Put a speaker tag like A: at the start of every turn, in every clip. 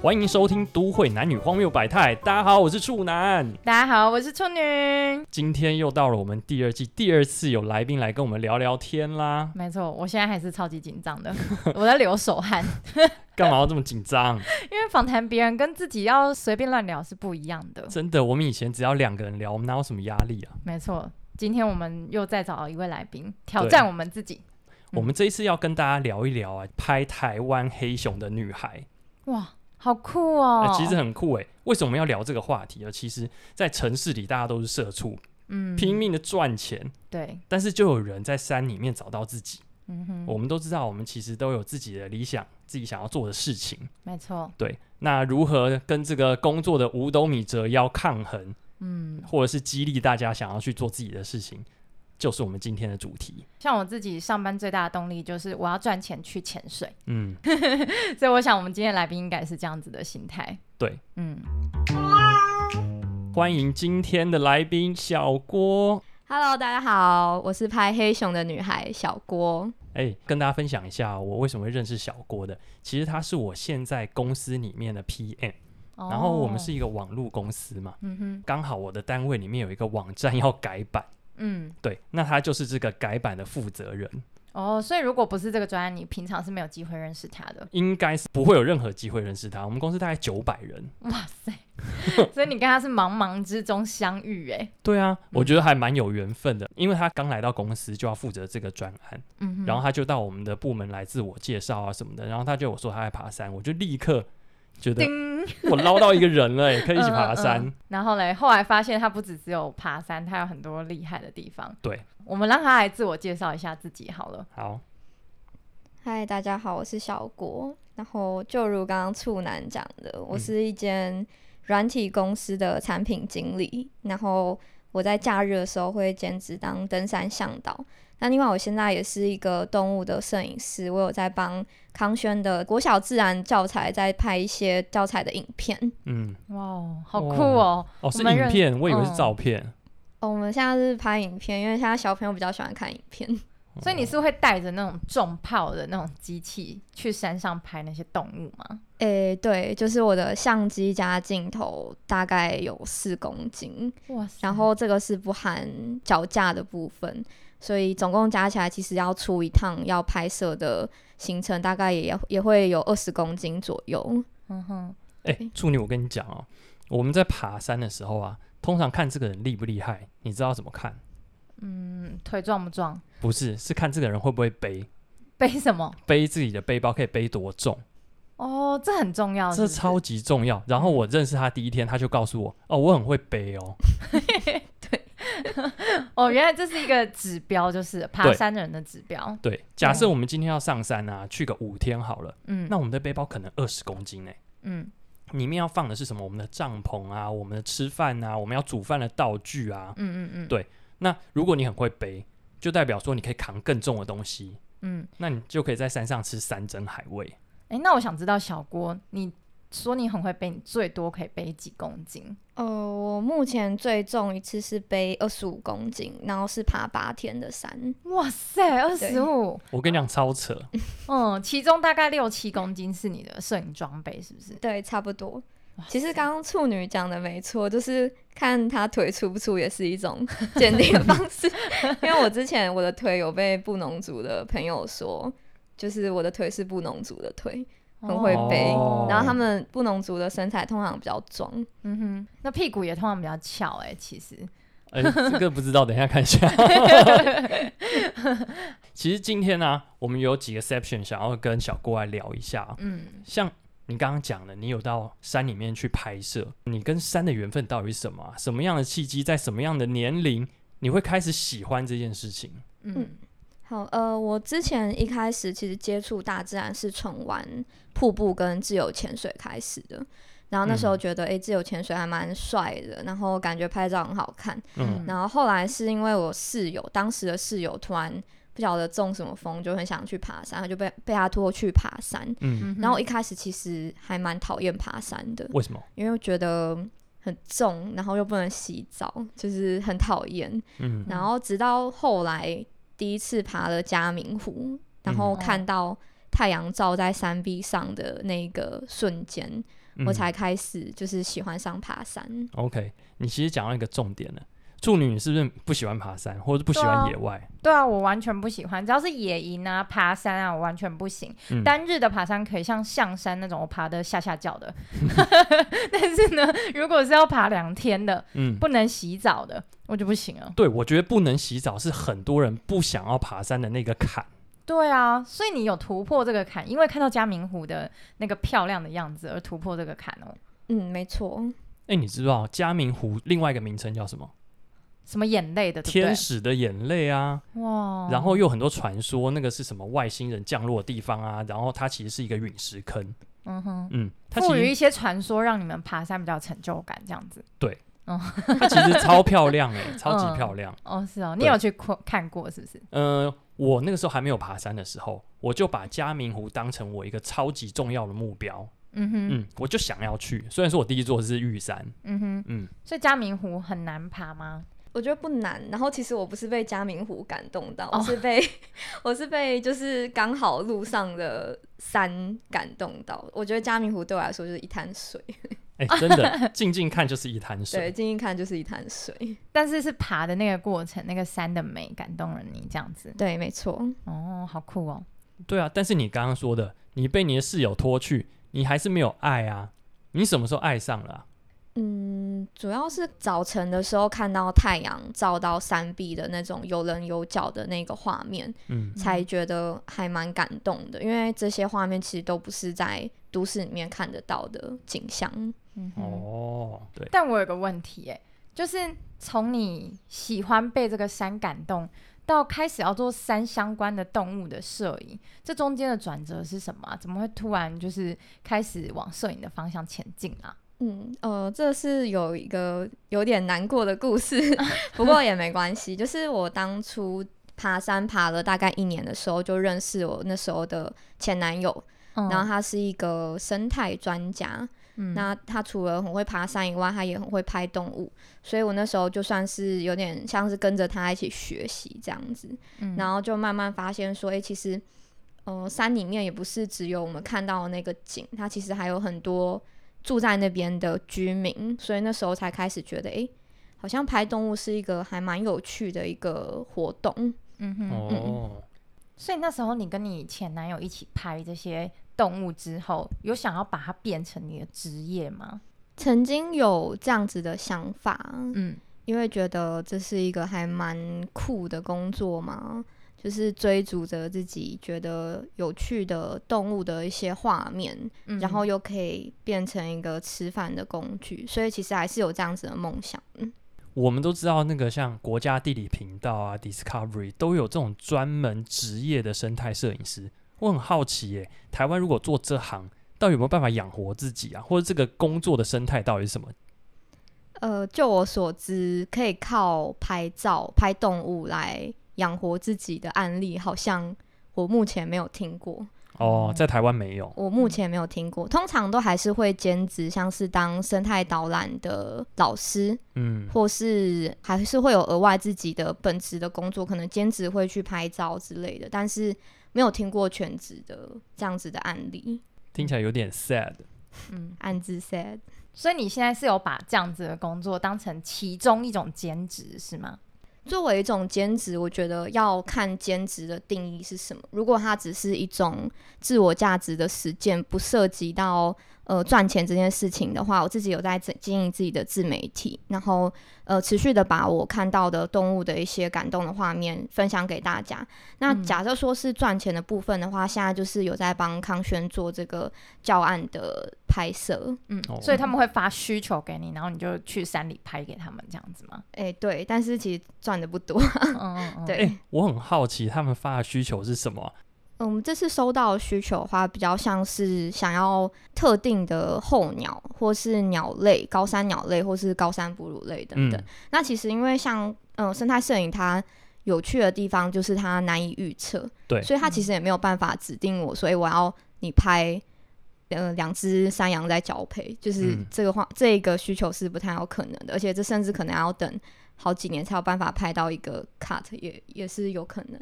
A: 欢迎收听《都会男女荒谬百态》。大家好，我是处男。
B: 大家好，我是处女。
A: 今天又到了我们第二季第二次有来宾来跟我们聊聊天啦。
B: 没错，我现在还是超级紧张的， 我在流手汗，
A: 干嘛要这么紧 张？
B: 因为访谈别人跟自己要随便乱聊是不一样的。
A: 真的，我们以前只要两个人聊，我们哪有什么压力啊？
B: 没错，今天我们又再找一位来宾挑战我们自己。
A: 我们这一次要跟大家聊一聊啊，拍台湾黑熊的女孩。
B: 哇，好酷哦！
A: 欸其实很酷诶，为什么要聊这个话题啊？其实，在城市里大家都是社畜，
B: 嗯
A: 拼命的赚钱，
B: 对，
A: 但是就有人在山里面找到自己。
B: 嗯
A: 我
B: 哼，
A: 们都知道，我们其实都有自己的理想，自己想要做的事情。
B: 没错，
A: 对，那如何跟这个工作的五斗米折腰抗衡，
B: 嗯，
A: 或者是激励大家想要去做自己的事情，就是我们今天的主题。
B: 像我自己上班最大的动力就是我要赚钱去潜水，
A: 嗯，
B: 所以我想我们今天的来宾应该是这样子的心态。
A: 对，
B: 嗯，
A: 欢迎今天的来宾小郭。
C: Hello，大家好，我是拍黑熊的女孩小郭。
A: 哎、跟大家分享一下哦我为什么会认识小郭的。其实他是我现在公司里面的 PM，、然后我们
B: 哦，
A: 是一个网络公司嘛，
B: 嗯哼，
A: 刚好我的单位里面有一个网站要改版，
B: 嗯，
A: 对，那他就是这个改版的负责人，
B: 哦，所以如果不是这个专案，你平常是没有机会认识他的。
A: 应该是不会有任何机会认识他。我们公司大概九百人，
B: 哇塞，所以你跟他是茫茫之中相遇，哎，
A: 对啊，我觉得还蛮有缘分的，因为他刚来到公司就要负责这个专案，
B: 嗯哼，
A: 然后他就到我们的部门来自我介绍啊什么的，然后他就有说他在爬山，我就立刻觉得
B: 叮，
A: 我捞到一个人了、欸，可以一起爬山。
B: 嗯嗯嗯然后嘞，后来发现他不只只有爬山，他有很多厉害的地方。
A: 对，
B: 我们让他来自我介绍一下自己好了。
A: 好，
C: 嗨，大家好，我是小郭。然后就如刚刚处男讲的，我是一间软体公司的产品经理。然后我在假日的时候会兼职当登山向导。那另外，我现在也是一个动物的摄影师，我有在帮康轩的国小自然教材在拍一些教材的影片。
A: 嗯，
B: 哇哦，好酷
A: 哦
B: 哦！
A: 哦，是
B: 我们
A: 影
B: 认
A: 片，我以为是
B: 嗯
A: 照片。
C: 哦，我们现在是拍影片，因为现在小朋友比较喜欢看影片。
B: 哦所以你是会带着那种重炮的那种机器去山上拍那些动物吗？
C: 诶、对，就是我的相机加镜头大概有四公斤，
B: 哇塞
C: 然后这个是不含脚架的部分，所以总共加起来其实要出一趟要拍摄的行程，大概也也会有二十公斤左右。
B: 嗯哼，
A: 哎、
C: 对
A: 处女，我跟你讲哦，我们在爬山的时候啊，通常看这个人厉不厉害，你知道怎么看？
B: 嗯，腿壮不壮？
A: 不是，是看这个人会不会背，
B: 背什么？
A: 背自己的背包可以背多重，
B: 哦，这很重要
A: 这
B: 是不是
A: 超级重要。然后我认识他第一天，他就告诉我，
B: 嗯
A: 哦，我很会背哦，
B: 哦，原来这是一个指标， 就是爬
A: 对
B: 山人的指标。
A: 对。假设我们今天要上山啊，去个五天好了，
B: 嗯，
A: 那我们的背包可能二十公斤哎、
B: 嗯
A: 里面要放的是什么？我们的帐篷啊，我们的吃饭啊，我们要煮饭的道具啊。
B: 嗯嗯嗯，
A: 对那如果你很会背，就代表说你可以扛更重的东西，
B: 嗯，
A: 那你就可以在山上吃山珍海味。
B: 哎、那我想知道小郭，你说你很会背，你最多可以背几公斤？
C: 呃，我目前最重一次是背二十五公斤，然后是爬八天的山。
B: 哇塞，二十五，
A: 我跟你讲，超扯！
B: 嗯，其中大概六七公斤是你的摄影装备，是不是？
C: 对，差不多
B: 哇。
C: 其实刚刚处女讲的没错，就是看她腿粗不粗也是一种 鉴定的方式。 因为我之前我的腿有被布农族的朋友说，就是我的腿是布农族的腿，很会背。
A: 哦
C: 然后他们布农族的身材通常比较壮，
B: 嗯哼，那屁股也通常比较翘哎、其实，
A: 哎、这个不知道，等一下看一下。其实今天呢、我们有几个 section 想要跟小郭来聊一下啊，
B: 嗯，
A: 像你刚刚讲的，你有到山里面去拍摄，你跟山的缘分到底是什么啊、什么样的契机，在什么样的年龄，你会开始喜欢这件事情？
B: 嗯
C: 好，呃，我之前一开始其实接触大自然是从玩瀑布跟自由潜水开始的。然后那时候
A: 嗯
C: 觉得，诶，自由潜水还蛮帅的，然后感觉拍照很好看。
A: 嗯
C: 然后后来是因为我室友，当时的室友突然不晓得中什么风，就很想去爬山，他就被被他拖去爬山。
A: 嗯，
B: 嗯哼
C: 然后我一开始其实还蛮讨厌爬山的，
A: 为什么？
C: 因为我觉得很重，然后又不能洗澡，就是很讨厌。
A: 嗯
C: 然后直到后来第一次爬了嘉明湖，然后
B: 嗯
C: 看到太阳照在山壁上的那个瞬间，
A: 嗯
C: 我才开始就是喜欢上爬山。
A: OK，你其实讲到一个重点了。处女是不是不喜欢爬山，或者不喜
B: 对啊
A: 欢野外？
B: 对啊，我完全不喜欢，只要是野营啊、爬山啊，我完全不行。
A: 嗯
B: 单日的爬山可以，像象山那种，我爬的下下脚的。 但是呢，如果是要爬两天的，
A: 嗯，
B: 不能洗澡的，我就不行了。
A: 对，我觉得不能洗澡是很多人不想要爬山的那个坎。
B: 对啊，所以你有突破这个坎，因为看到嘉明湖的那个漂亮的样子而突破这个坎哦。
C: 嗯，没错，
A: 哎，你知道嘉明湖另外一个名称叫什么？
B: 什么眼泪的，对不哦
A: 天使的眼泪啊。
B: 对？哇！
A: 然后又有很多传说，那个是什么外星人降落的地方啊？然后它其实是一个陨石坑。
B: 嗯哼，
A: 嗯，它
B: 赋
A: 其
B: 予一
A: 实
B: 些传说，让你们爬山比较有成就感，这样子。
A: 它其实超漂亮 哎、超级
B: 嗯
A: 漂亮。
B: 哦，是哦，
A: 对
B: 你有去过看过是不是？
A: 呃，我那个时候还没有爬山的时候，我就把嘉明湖当成我一个超级重要的目标。
B: 嗯哼，
A: 嗯，我就想要去。虽然说我第一座是玉山，
B: 嗯哼，
A: 嗯，
B: 所以嘉明湖很难爬吗？
C: 我觉得不难。然后其实我不是被嘉明湖感动到，
B: 哦
C: 我是被 我是被就是刚好路上的山感动到。我觉得嘉明湖对我来说就是一滩水，
A: 哎、真的静静看就是一滩
C: 对，
A: 水。
C: 近近看就是一滩水。
B: 但是是爬的那个过程，那个山的美感动了你，这样子。
C: 对，没错。
B: 哦，好酷哦。
A: 对啊，但是你刚刚说的，你被你的室友拖去，你还是没有爱啊？你什么时候爱上了啊、
C: 嗯，主要是早晨的时候看到太阳照到山壁的那种有人有脚的那个画面，
A: 嗯
C: 才觉得还蛮感动的。因为这些画面其实都不是在都市里面看得到的景象。
B: 嗯哼。
A: 哦，对，
B: 但我有个问题，哎，就是从你喜欢被这个山感动，到开始要做山相关的动物的摄影，这中间的转折是什么啊、怎么会突然就是开始往摄影的方向前进啊？
C: 嗯，呃，这是有一个有点难过的故事， 不过也没关系。就是我当初爬山爬了大概一年的时候，就认识我那时候的前男友，
B: 嗯
C: 然后他是一个生态专家，
B: 嗯
C: 那他除了很会爬山以外，他也很会拍动物，所以我那时候就算是有点像是跟着他一起学习这样子，
B: 嗯
C: 然后就慢慢发现说，诶，其实，呃，山里面也不是只有我们看到的那个景，它其实还有很多住在那边的居民，所以那时候才开始觉得，诶，好像拍动物是一个还蛮有趣的一个活动。
B: 嗯哼，
A: 哦，
B: 所以那时候你跟你前男友一起拍这些动物之后，有想要把它变成你的职业吗？
C: 曾经有这样子的想法，
B: 嗯，
C: 因为觉得这是一个还蛮酷的工作嘛，就是追逐着自己觉得有趣的动物的一些画面，
B: 嗯
C: 然后又可以变成一个吃饭的工具，所以其实还是有这样子的梦想。嗯，
A: 我们都知道那个像国家地理频道啊、Discovery 都有这种专门职业的生态摄影师。我很好奇耶，台湾如果做这行，到底有没有办法养活自己啊？或者这个工作的生态到底是什么？
C: 呃，就我所知，可以靠拍照、拍动物来养活自己的案例，好像我目前没有听过。
A: 哦，在台湾没有。
C: 我目前没有听过，通常都还是会兼职，像是当生态导览的老师，
A: 嗯，
C: 或是还是会有额外自己的本职的工作，可能兼职会去拍照之类的，但是没有听过全职的这样子的案例，
A: 听起来有点 sad。
B: 嗯，
C: 暗自 sad。
B: 所以你现在是有把这样子的工作当成其中一种兼职是吗？
C: 作为一种兼职，我觉得要看兼职的定义是什么。如果它只是一种自我价值的实践，不涉及到呃赚钱这件事情的话，我自己有在自经营自己的自媒体，然后呃持续的把我看到的动物的一些感动的画面分享给大家。那
B: 嗯
C: 假设说是赚钱的部分的话，现在就是有在帮康轩做这个教案的拍摄。
B: 嗯，
A: 哦
B: 所以他们会发需求给你，然后你就去山里拍给他们这样子 吗？
C: 哎、对，但是其实赚的不多。
B: 嗯嗯嗯，
C: 对，
A: 哎、我很好奇他们发的需求是什么啊、
C: 嗯，我们这次收到的需求的话，比较像是想要特定的候鸟，或是鸟类、高山鸟类，或是高山哺乳类等等。
A: 嗯
C: 那其实因为像嗯生态摄影，它有趣的地方就是它难以预测，
A: 对
C: 所以它其实也没有办法指定我，所以我要你拍。呃，两只山羊在交配，就是
A: 嗯
C: 这个话，这个需求是不太有可能的，而且这甚至可能要等好几年才有办法拍到一个 cut，也也是有可能。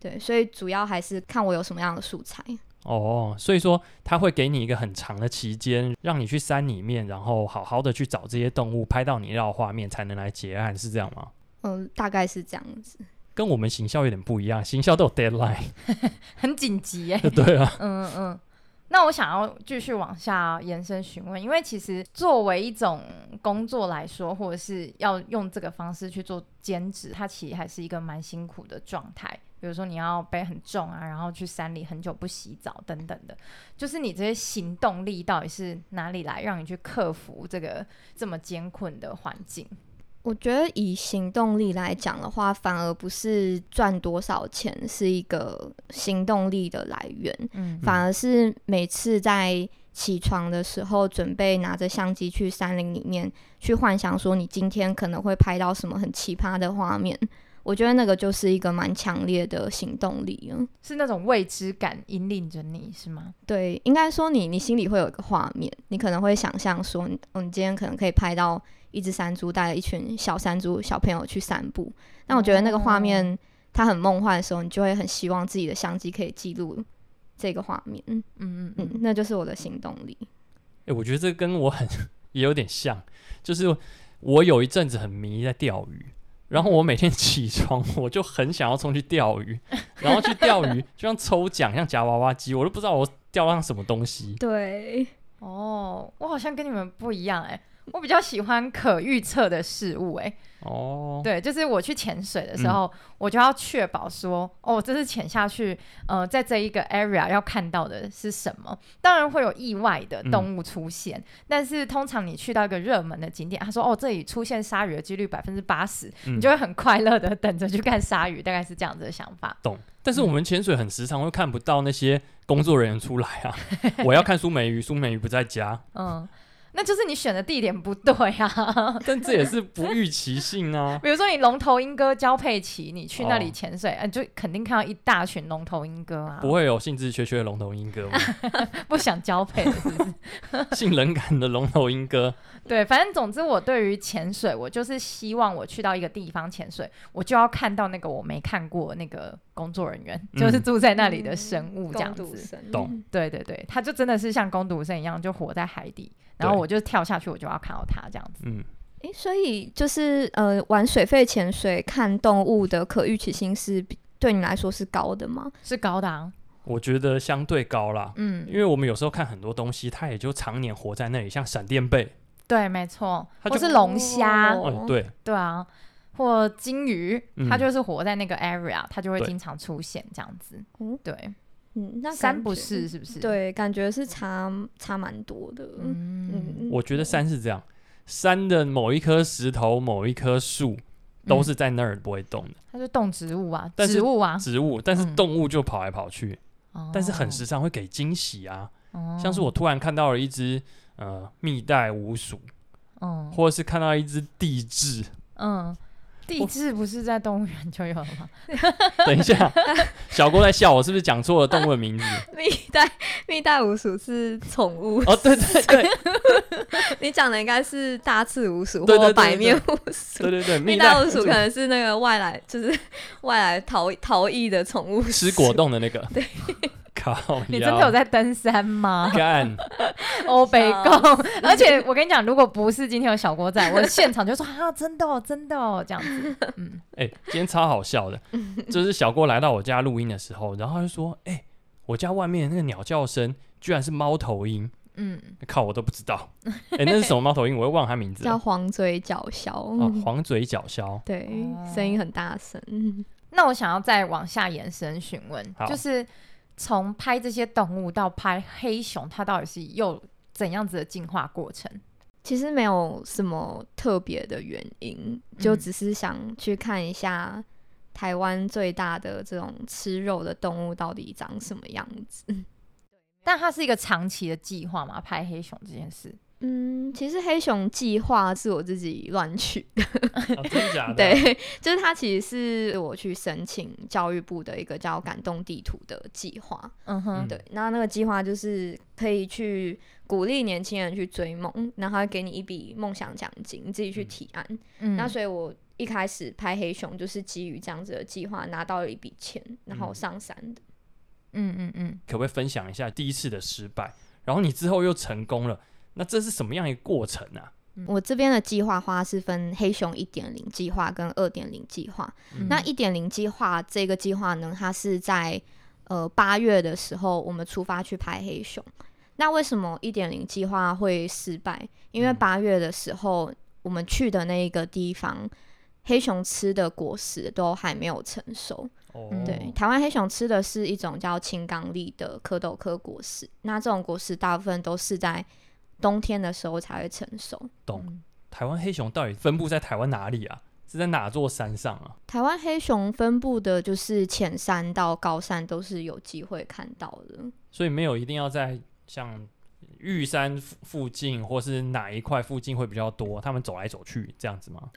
C: 对，所以主要还是看我有什么样的素材。
A: 哦，所以说他会给你一个很长的期间，让你去山里面，然后好好的去找这些动物，拍到你要的画面，才能来结案，是这样吗？
C: 嗯，大概是这样子。
A: 跟我们行销有点不一样，行销都有 deadline，
B: 很紧急哎、
A: 对啊，
B: 嗯嗯。那我想要继续往下延伸询问，因为其实作为一种工作来说，或者是要用这个方式去做兼职，它其实还是一个蛮辛苦的状态。比如说你要背很重啊，然后去山里很久不洗澡等等的，就是你这些行动力到底是哪里来，让你去克服这个这么艰困的环境？
C: 我觉得以行动力来讲的话，反而不是赚多少钱是一个行动力的来源，
B: 嗯
C: 反而是每次在起床的时候，准备拿着相机去山林里面去幻想说你今天可能会拍到什么很奇葩的画面。我觉得那个就是一个蛮强烈的行动力了。
B: 是那种未知感引领着你是吗？
C: 对，应该说你你心里会有一个画面，你可能会想象说，嗯，你今天可能可以拍到一只山猪带了一群小山猪小朋友去散步。那我觉得那个画面它很梦幻的时候，你就会很希望自己的相机可以记录这个画面。嗯
B: 嗯嗯
C: 嗯，那就是我的行动力。
A: 诶，我觉得这跟我很也有点像，就是我有一阵子很迷在钓鱼，然后我每天起床我就很想要冲去钓鱼，然后去钓鱼就像抽奖，像夹娃娃机，我都不知道我钓上什么东西。
C: 对，
B: 哦，我好像跟你们不一样哎、我比较喜欢可预测的事物哎、
A: 哦，嗯
B: 对，就是我去潜水的时候，我就要确保说，哦，这次潜下去，呃，在这一个 area 要看到的是什么？当然会有意外的
A: 嗯
B: 动物出现，但是通常你去到一个热门的景点，他说，哦，这里出现鲨鱼的几率百分之八十，
A: 嗯
B: 你就会很快乐的等着去看鲨鱼，大概是这样子的想法。
A: 懂。但是我们潜水很时常会看不到那些工作人员出来啊， 我要看苏美鱼，苏美鱼不在家，
B: 嗯，那就是你选的地点不对啊。
A: 但这也是不预期性 啊。
B: 比如说你龙头鹰哥交配期，你去那里
A: 哦
B: 潜水，嗯、就肯定看到一大群龙头鹰哥啊，
A: 不会有兴致缺缺的龙头鹰哥吗？
B: 不想交配的是不 是？
A: 性冷感的龙头鹰哥，
B: 对，反正总之我对于潜水，我就是希望我去到一个地方潜水，我就要看到那个我没看过那个工作人员，
A: 嗯
B: 就是住在那里的生
C: 嗯
B: 物这样子。
A: 懂。
B: 对对对，他就真的是像攻读生一样，就活在海底，然后
A: 对
B: 我就跳下去，我就要看到他这样子。
A: 嗯，
C: 诶，所以就是呃，玩水肺潜水看动物的可预期性是比对你来说是高的吗？
B: 是高档，
A: 我觉得相对高啦。
B: 嗯，
A: 因为我们有时候看很多东西，它也就常年活在那里，像闪电贝，
B: 对，没错，
A: 他
B: 或
A: 就是
B: 龙虾，
C: 哦
A: 哦，对，
B: 对啊，或金鱼，它
A: 嗯
B: 就是活在那个 area，它就会
A: 对
B: 经常出现这样子
C: 嗯。
B: 对，
C: 嗯，那
B: 三
C: 感
B: 不
C: 觉
B: 是是不是？，
C: 对，感觉是差差蛮多的。嗯
B: 嗯，
A: 我觉得山是这样，山的某一颗石头、某一棵
B: 嗯
A: 树都是在那儿不会动的、
B: 它就动植物啊，
A: 但是
B: 植物啊，
A: 植物，但是
B: 嗯
A: 动物就跑来跑去，
B: 哦
A: 但是很时常会给惊喜啊，
B: 哦
A: 像是我突然看到了一只呃蜜袋鼯鼠，
B: 嗯
A: 或者是看到一只地质。
B: 嗯，地质不是在动物园就有了 吗？
A: 等一下，小郭在笑我，是不是讲错了动物的名字？
C: 蜜袋蜜袋鼯鼠是 宠物，
A: 哦，对对对
C: 你讲的应该是大刺鼯鼠
A: 对对
C: 或
A: 对对
C: 白面鼯
A: 对
C: 鼠。
A: 对对，
C: 蜜
A: 蜜
C: 袋
A: 袋
C: 鼯鼠可能是那个外来，就是 外来逃逃逸的宠物鼠。
A: 吃果冻的那个。对，靠，
B: 你真的有
A: 在？
B: 在登山吗
A: 干？
B: 欧北
C: 笑
B: 贡，而且我跟你讲，如果不是今天有小郭在，我现场就说啊，真的哦，真的哦，这样子，嗯，
A: 哎、今天超好笑的，就是小郭来到我家录音的时候，然后他就说：“哎、我家外面那个鸟叫声居然是猫头鹰，
B: 嗯，
A: 靠，我都不知道，哎、那是什么猫头鹰？我又忘了它名字了
C: 叫黄嘴角鸮。嗯
A: 啊，黄嘴角鸮。
C: 对
B: 哦，
C: 声音很大声。
B: 那我想要再往下延伸询问，
A: 好
B: 就是从拍这些动物到拍黑熊，它到底是又怎样子的进化过程？
C: 其实没有什么特别的原因，就
B: 嗯
C: 只是想去看一下台湾最大的这种吃肉的动物到底长什么样子。
B: 但它是一个长期的计划嘛，拍黑熊这件事。
C: 嗯，其实黑熊计划是我自己乱取的，
A: 哦真的假的？，
C: 对，就是它其实是我去申请教育部的一个叫“感动地图”的计划。
B: 嗯哼，
A: 嗯
C: 对，那那个计划就是可以去鼓励年轻人去追梦，然后还给你一笔梦想奖金，你自己去
A: 嗯
C: 提案。
B: 嗯，
C: 那所以我一开始拍黑熊就是基于这样子的计划拿到了一笔钱，然后
A: 嗯
C: 上山的。
B: 嗯嗯嗯，
A: 可不可以分享一下第一次的失败，然后你之后又成功了，那这是什么样一个过程啊？
C: 我这边的计划花是分黑熊一点零计划跟二点零计划。
B: 嗯
C: 那一点零计划这个计划呢，它是在呃八月的时候我们出发去拍黑熊。那为什么一点零计划会失败？因为
A: 嗯
C: 八月的时候我们去的那一个地方，黑熊吃的果实都还没有成熟。
A: 哦
B: 嗯
C: 对，台湾黑熊吃的是一种叫青冈栎的蝌蚪科果实，那这种果实大部分都是在冬天的时候才会成熟。
B: 嗯
A: 懂台湾黑熊到底分布在台湾哪里啊？是在哪座山上啊？
C: 台湾黑熊分布的就是浅山到高山都是有机会看到的。
A: 所以没有一定要在像玉山附附近或是哪一块附近会比较多，他们走来走去这样子吗？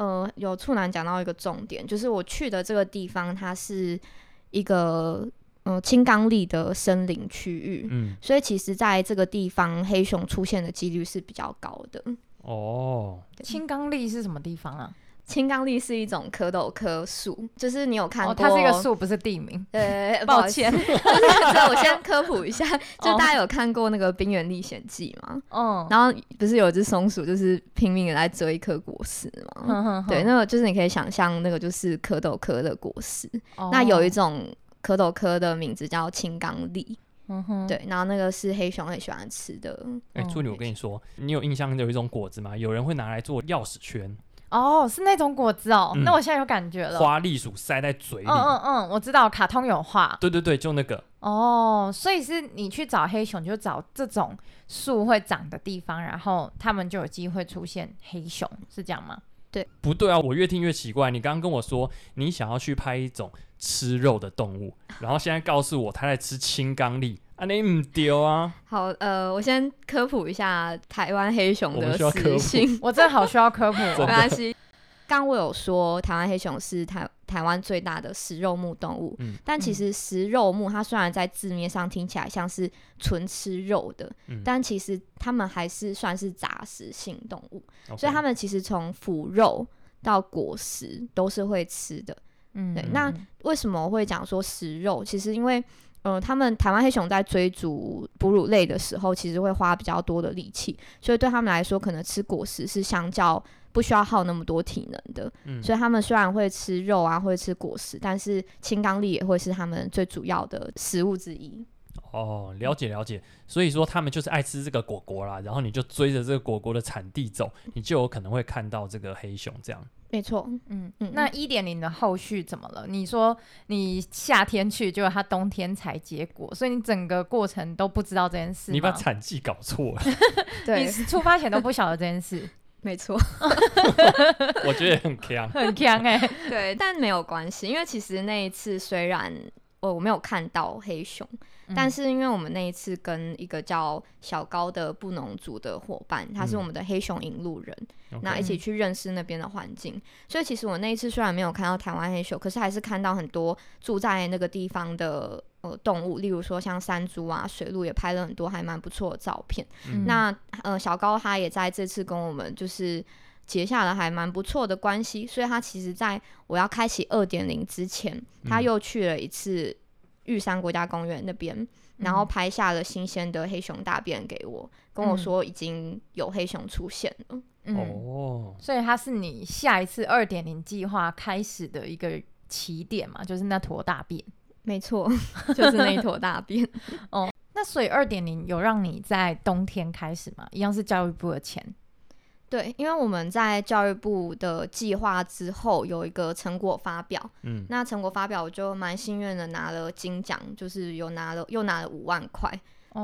C: 呃，有处男讲到一个重点，就是我去的这个地方，它是一个呃青冈栎的森林区域，
A: 嗯，
C: 所以其实在这个地方黑熊出现的几率是比较高的。
A: 哦，
B: 青冈栎是什么地方啊？
C: 青冈栎是一种蝌蚪科树，就是你有看过？
B: 哦，它是一 个树，不是地名。
C: 呃，
B: 抱
C: 不好意思，
B: 歉 哦
C: 这我先科 普一下，就大家有看过那个《冰原历险记》吗？
B: 嗯，
C: 然后不是有一只松鼠，就是拼命的在追一颗果实吗？
B: 哼哼哼
C: 对，那个就是你可以想象，那个就是蝌蚪科的果实。
B: 哦
C: 那有一，种蝌蚪科的名字叫青冈栎，
B: 哦嗯哼，
C: 对，然后那个是黑熊很喜欢吃的。
A: 哎、
B: 哦
A: 助理，我跟你说，你有印象有一种果子吗？有人会拿来做钥匙圈，
B: 哦，是那种果子哦，
A: 嗯
B: 那我现在有感觉了。
A: 花栗鼠塞在嘴里。
B: 嗯嗯嗯，我知道，卡通有画
A: 对对对，就那个，
B: 哦，所以是你去找黑熊，就找这种树会长的地方，然后它们就有机会出现黑熊，是这样吗？
A: 不对啊！我越听越奇怪。你刚刚跟我说你想要去拍一种吃肉的动物，然后现在告诉我它在吃青冈栎，啊，你唔丢啊！
C: 好，呃，我先科普一下台湾黑熊
A: 我
C: 的
A: 们需要科普
C: 死性。
B: 我真的好需要科普
C: 没
B: 哦。
C: 关系。刚我有说台湾黑熊是台台湾最大的食肉目动物，
A: 嗯
C: 但其实食肉目它虽然在字面上听起来像是纯吃肉的，
A: 嗯
C: 但其实它们还是算是杂食性动物，所以它
A: 们
C: 们其实从腐肉到果实都是会吃的。
B: 嗯
C: 对
A: 那
C: 为什么会讲说食肉？其实因为，呃，他们台湾黑熊在追逐哺乳类的时候，其实会花比较多的力气，所以对他们来说，可能吃果实是相较不需要耗那么多体能的。
A: 嗯
C: 所以他们虽然会吃肉啊，会吃果实，但是青冈栎也会是他们最主要的食物之一。
A: 哦，了解了解。所以说他们就是爱吃这个果果啦，然后你就追着这个果果的产地走，你就有可能会看到这个黑熊这样。
C: 没错，
B: 嗯
C: 嗯
B: 那一点零的后续怎么了？你说你夏天去，结果它冬天才结果，所以你整个过程都不知道这件事吗。
A: 你把产季搞错 了，
B: 你
C: 对，
B: 出发前都不晓得这件 事，
C: 没错。
A: 我觉得很 强。
B: 很强哎、
C: 对，但没有关系，因为其实那一次虽然呃我我没有看到黑熊，
B: 嗯
C: 但是因为我们那一次跟一个叫小高的布农族的伙伴，他是我们的黑熊引路人，那
A: 嗯 OK，
C: 一起去认识那边的环境。所以其实我那一次虽然没有看到台湾黑熊，可是还是看到很多住在那个地方的呃动物，例如说像山猪啊、水鹿，也拍了很多还蛮不错的照片。
B: 嗯
C: 那呃，小高他也在这次跟我们就是结下了还蛮不错的关系，所以他其实在我要开启二点零之前，他
A: 嗯
C: 又去了一次玉山国家公园那边，然后
B: 嗯
C: 拍下了新鲜的黑熊大便给我，跟我
B: 嗯
C: 说已经有黑熊出现了。
B: 嗯
A: 哦，
B: 所以它是你下一次二点零计划开始的一个起点嘛，就是那坨大便。
C: 没 错，就是那一坨大便。
B: 那所以二点零有让你在冬天开始吗？一样是教育部的钱。
C: 对，因为我们在教育部的计划之后有一个成果发表，
A: 嗯，
C: 那成果发表我就蛮幸运的拿了金奖，就是有拿了又哦
B: 哦
C: 拿了五万块，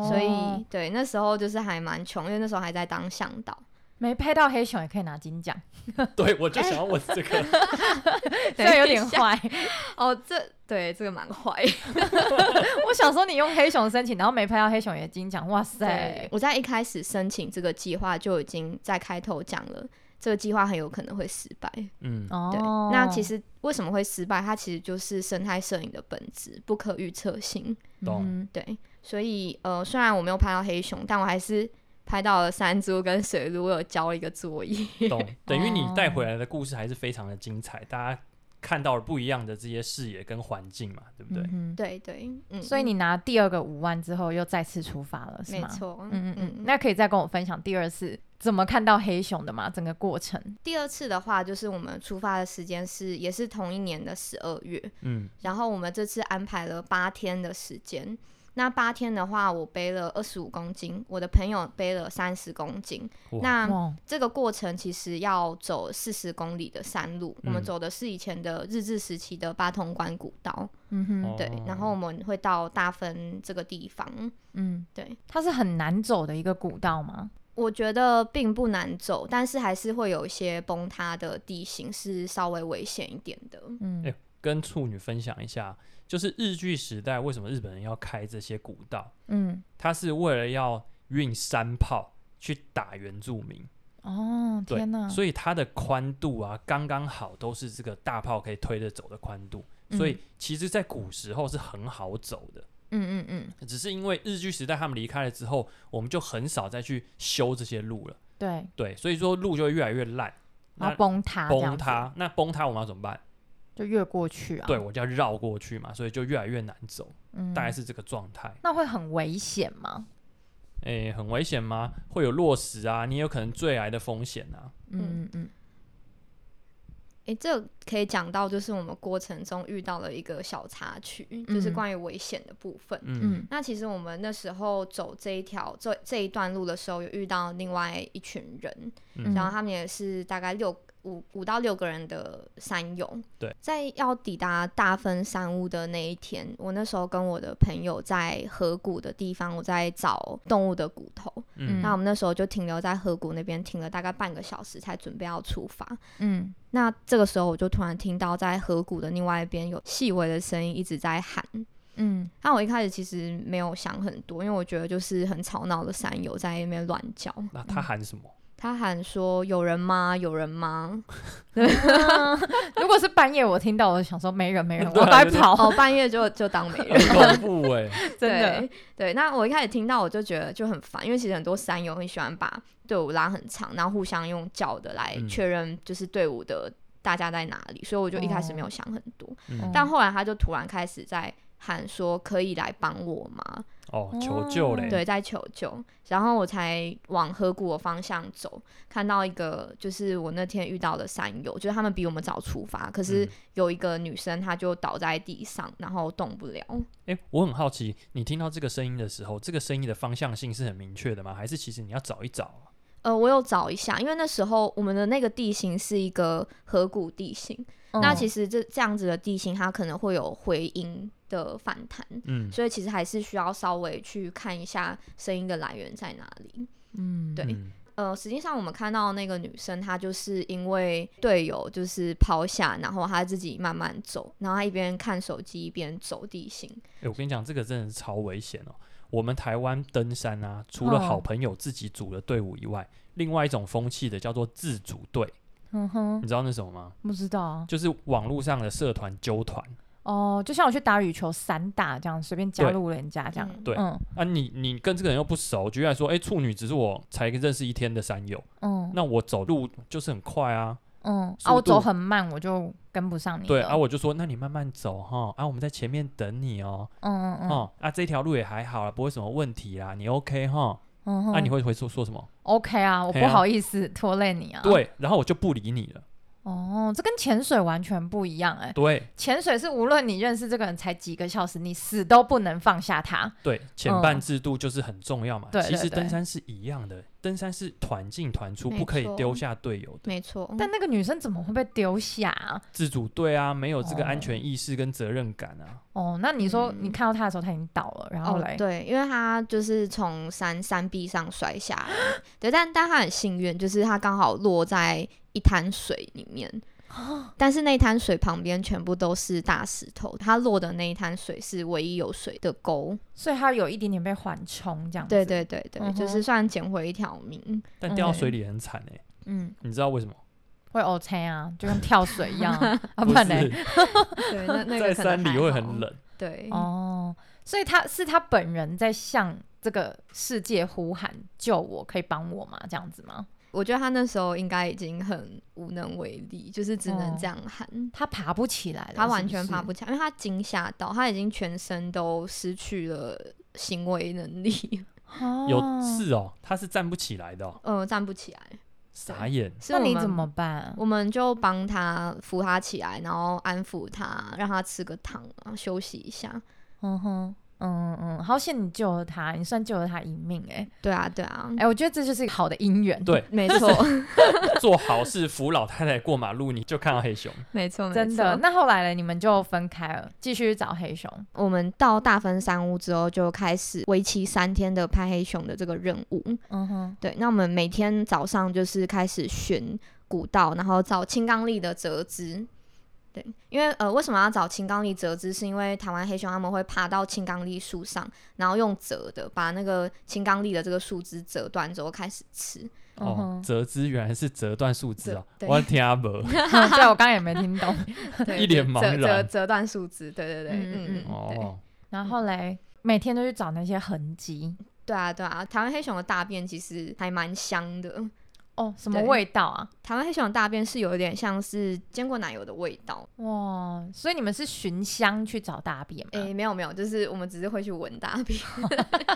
C: 所以对那时候就是还蛮穷，因为那时候还在当向导。
B: 没拍到黑熊也可以拿金 奖，
A: 对，我就想要问这个。
B: 这样有点坏。
C: 哦，这对这个蛮坏。
B: 我想说，你用黑熊申请，然后没拍到黑熊也金奖，哇塞
C: 对，！我在一开始申请这个计划就已经在开头讲了，这个计划很有可能会失败。
A: 嗯，
C: 对，
B: 哦，
C: 那其实为什么会失败？它其实就是生态摄影的本质，不可预测性。
A: 懂
B: 嗯
C: 对，所以呃，虽然我没有拍到黑熊，但我还是拍到了山猪跟水鹿，我有交一个作业。
A: 懂。等于你带回来的故事还是非常的精彩，大家看到了不一样的这些视野跟环境嘛，对不对？
B: 嗯
C: 对对，嗯，
B: 哼所以你拿第二个五万之后，又再次出发了，是
C: 没
B: 吗？
C: 错，
B: 嗯嗯嗯，那可以再跟我分享第二次怎么看到黑熊的吗？整个过程
C: 第二次的话，就是我们出发的时间是也是同一年的十二月，
A: 嗯，
C: 然后我们这次安排了八天的时间。那八天的话，我背了二十五公斤，我的朋友背了三十公斤。
A: 哇
C: 那
B: 哇，
C: 这个过程其实要走四十公里的山路，我
A: 嗯
C: 们走的是以前的日治时期的八通关古道，
B: 嗯哼，
A: 哦
C: 对，然后我们会到大分这个地方。
B: 嗯，
C: 对，
B: 它是很难走的一个古道吗？
C: 我觉得并不难走，但是还是会有一些崩塌的地形，是稍微危险一点的。
B: 嗯，
A: 哎跟处女分享一下，就是日据时代为什么日本人要开这些古道，
B: 嗯，
A: 他是为了要运山炮去打原住民，
B: 哦，
A: 对
B: 天哪，
A: 所以它的宽度啊刚刚好，都是这个大炮可以推着走的宽度。
B: 嗯
A: 所以其实，在古时候是很好走的，
B: 嗯嗯嗯，
A: 只是因为日据时代他们离开了之后，我们就很少再去修这些路了。
B: 对，
A: 对，所以说路就会越来越烂，
B: 然
A: 那
B: 后哦崩塌，
A: 崩，塌。那崩塌我们要怎么办？
B: 就越过去啊，
A: 对，，我就要绕过去嘛，所以就越来越难走，
B: 嗯
A: 大概是这个状态。
B: 那会很危险吗？
A: 诶，很危险吗？会有落石啊，你有可能坠崖的风险啊。
B: 嗯嗯
C: 诶，这可以讲到就是我们过程中遇到了一个小插曲，就是
B: 嗯
C: 关于危险的部分。
A: 嗯
B: 嗯
C: 那其实我们那时候走这一条这这一段路的时候，有遇到另外一群人，
B: 嗯，
C: 然后他们也是大概六五五到六个人的山友。
A: 对，
C: 在要抵达大分山屋的那一天，我那时候跟我的朋友在河谷的地方，我在找动物的骨头。
A: 嗯
C: 那我们那时候就停留在河谷那边，停了大概半个小时，才准备要出发。
B: 嗯，
C: 那这个时候，我就突然听到在河谷的另外一边有细微的声音一直在喊。
B: 嗯
C: 那我一开始其实没有想很多，因为我觉得就是很吵闹的山友在那边乱叫。
A: 那他喊什么？
C: 他喊说：“有人吗？有人吗嗯
B: 如果是半夜我听到，我就想说没人 没人，
A: 对
B: 我
A: 啊
B: 赶
A: 就
B: 快
A: 是？”
B: 跑，
C: 哦，半夜就就当没人。
A: 很恐怖哎、
B: 真的
C: 对，对，那我一开始听到我就觉得就很烦，因为其实很多山友很喜欢把队伍拉很长，然后互相用叫的来
A: 嗯
C: 确认就是队伍的大家在哪里，所以我就一开始
B: 哦
C: 没有想很多。
A: 嗯
C: 但后来他就突然开始在喊说：“可以来帮我吗？”
A: 哦，求救嘞！
C: 对，在求救，然后我才往河谷的方向走，看到一个就是我那天遇到的山友，就是他们比我们早出发，可是
A: 嗯
C: 有一个女生她就倒在地上，然后动不了。
A: 诶，我很好奇，你听到这个声音的时候，这个声音的方向性是很明确的吗？还是其实你要找一找啊？
C: 呃，我有找一下，因为那时候我们的那个地形是一个河谷地形，
A: 哦
C: 那其
B: 实
C: 实这这样子的地形它可能会有回音的反弹，
A: 嗯，
C: 所以其实还是需要稍微去看一下声音的来源在哪里。
B: 嗯
C: 对
A: 嗯
C: 呃，实际上我们看到那个女生，她就是因为队友就是抛下，然后她自己慢慢走，然后她一边看手机一边走地形。
A: 诶我跟你讲，这个真的是超危险哦。我们台湾登山啊，除了好
B: 哦
A: 朋友自己组的队伍以外，另外一种风气的叫做自组队，
B: 嗯哼，
A: 你知道那什么吗？
B: 不知道啊
A: 就是网络上的社团纠团
B: 哦，就像我去打羽球散打这样，随便加
A: 对
B: 入人家这样，
C: 嗯
A: 对
B: 嗯
A: 啊你。你跟这个人又不熟，居然说，诶，处女只是我才认识一天的山友，
B: 嗯
A: 那我走路就是很快啊。
B: 嗯，
A: 速
B: 啊，我走
A: 度
B: 很慢，我就跟不上你了，
A: 对啊，我就说，那你慢慢走哈，啊，我们在前面等你哦。
B: 嗯嗯嗯
A: 哦，啊，这条路也还好啦，不会什么问题啦，你 OK 哈？
B: 嗯
A: 那、
B: 哼，
A: 啊你会会说说什么？
B: OK 啊，我
A: 嘿
B: 不
A: 啊
B: 好意思拖累你啊。，
A: 对，然后我就不理你了。
B: 哦，这跟潜水完全不一样哎、
A: 对
B: 潜水是无论你认识这个人才几个小时，你死都不能放下他。
A: 对，前
B: 嗯
A: 半制度就是很重要嘛。
B: 对
A: 其
B: 对
A: 实
B: 对
A: 登山是一样的，登山是团进团出，
C: 没
A: 不可以
C: 错
A: 丢下队友的。
C: 没错。
B: 但那个女生怎么会被丢下、啊？
A: 自主队啊，没有这个
B: 哦
A: 安全意识跟责任感啊。
B: 哦，那你说
C: 嗯
B: 你看到她的时候，她已经倒了，然后
C: 哦
B: 嘞，，
C: 对，因为他就是从山山壁上摔下来，对，但但他很幸运，就是他刚好落在一滩水里面，但是那一滩水旁边全部都是大石头，他落的那一滩水是唯一有水的沟，
B: 所以她有一点点被缓冲这样子。
C: 对，对对对，就
B: 嗯哼
C: 是算捡回一条命，
A: 但掉到
B: 嗯
A: 水里很惨哎、
C: 嗯，
A: 你知道为什么？
B: 会 OK 啊，就跟跳水一样 啊，啊不然嘞，
A: 是
C: 对， 那那
A: 在
C: 个可能
A: 山里
C: 还
A: 会
C: 好
A: 很，冷，
C: 对，
B: 哦，所以她是她本人在向这个世界呼喊救我，可以帮我吗？这样子吗？
C: 我觉得他那时候应该已经很无能为力，就是只能
B: 哦
C: 这样喊。
B: 她爬不起来了，
C: 他完全爬
B: 起
C: 不起来，因为他惊吓到，他已经全身都失去了行为能力，
B: 来
A: 有是哦，他是站不起来的、哦，
C: 呃，站不起来。
A: 傻眼。
C: 是
B: 那
C: 我
B: 你
C: 们
B: 怎么？办？啊
C: 我们就帮他扶他起来，然后安抚他，让他吃个糖，然后休息一下。
B: 嗯哼，嗯嗯，好险你救了他，你算救了他一命哎、
C: 对啊，对啊，
B: 哎、我觉得这就是一个好的姻缘，
A: 对，
C: 没错，
A: 做好事扶老太太过马路，你就看到黑熊。
C: 没错，没
B: 真的。
C: 错。
B: 那后来呢？你们就分开了，继续找黑熊。
C: 我们到大分山屋之后，就开始为期三天的拍黑熊的这个任务。
B: 嗯哼，
C: 对，那我们每天早上就是开始寻古道，然后找青冈栎的折枝。对，因为呃，为什么要找青冈栎折枝？是因为台湾黑熊他们会爬到青冈栎树上，然后用折的把那个青冈栎的这个树枝折断之后开始吃。
B: 嗯
A: 哦
B: 哼，，
A: 折枝原来是折断树枝啊！
C: 对对
A: 我的天啊，不，
B: 对我刚刚也没听懂。
C: 对
A: 一脸
C: 折
A: 茫
C: 折
A: 然
C: 折断树枝，对对对，
B: 嗯
C: 嗯嗯，对
A: 哦，
B: 然后嘞，每天都去找那些痕迹。
C: 对啊对啊，台湾黑熊的大便其实还蛮香的。
B: 哦，什么
C: 对
B: 味道啊？
C: 台湾黑熊的大便是有一点像是坚果奶油的味道，
B: 哇！所以你们是寻香去找大便吗？
A: 啊
C: 诶，没有没有，就是我们只是会去闻大便，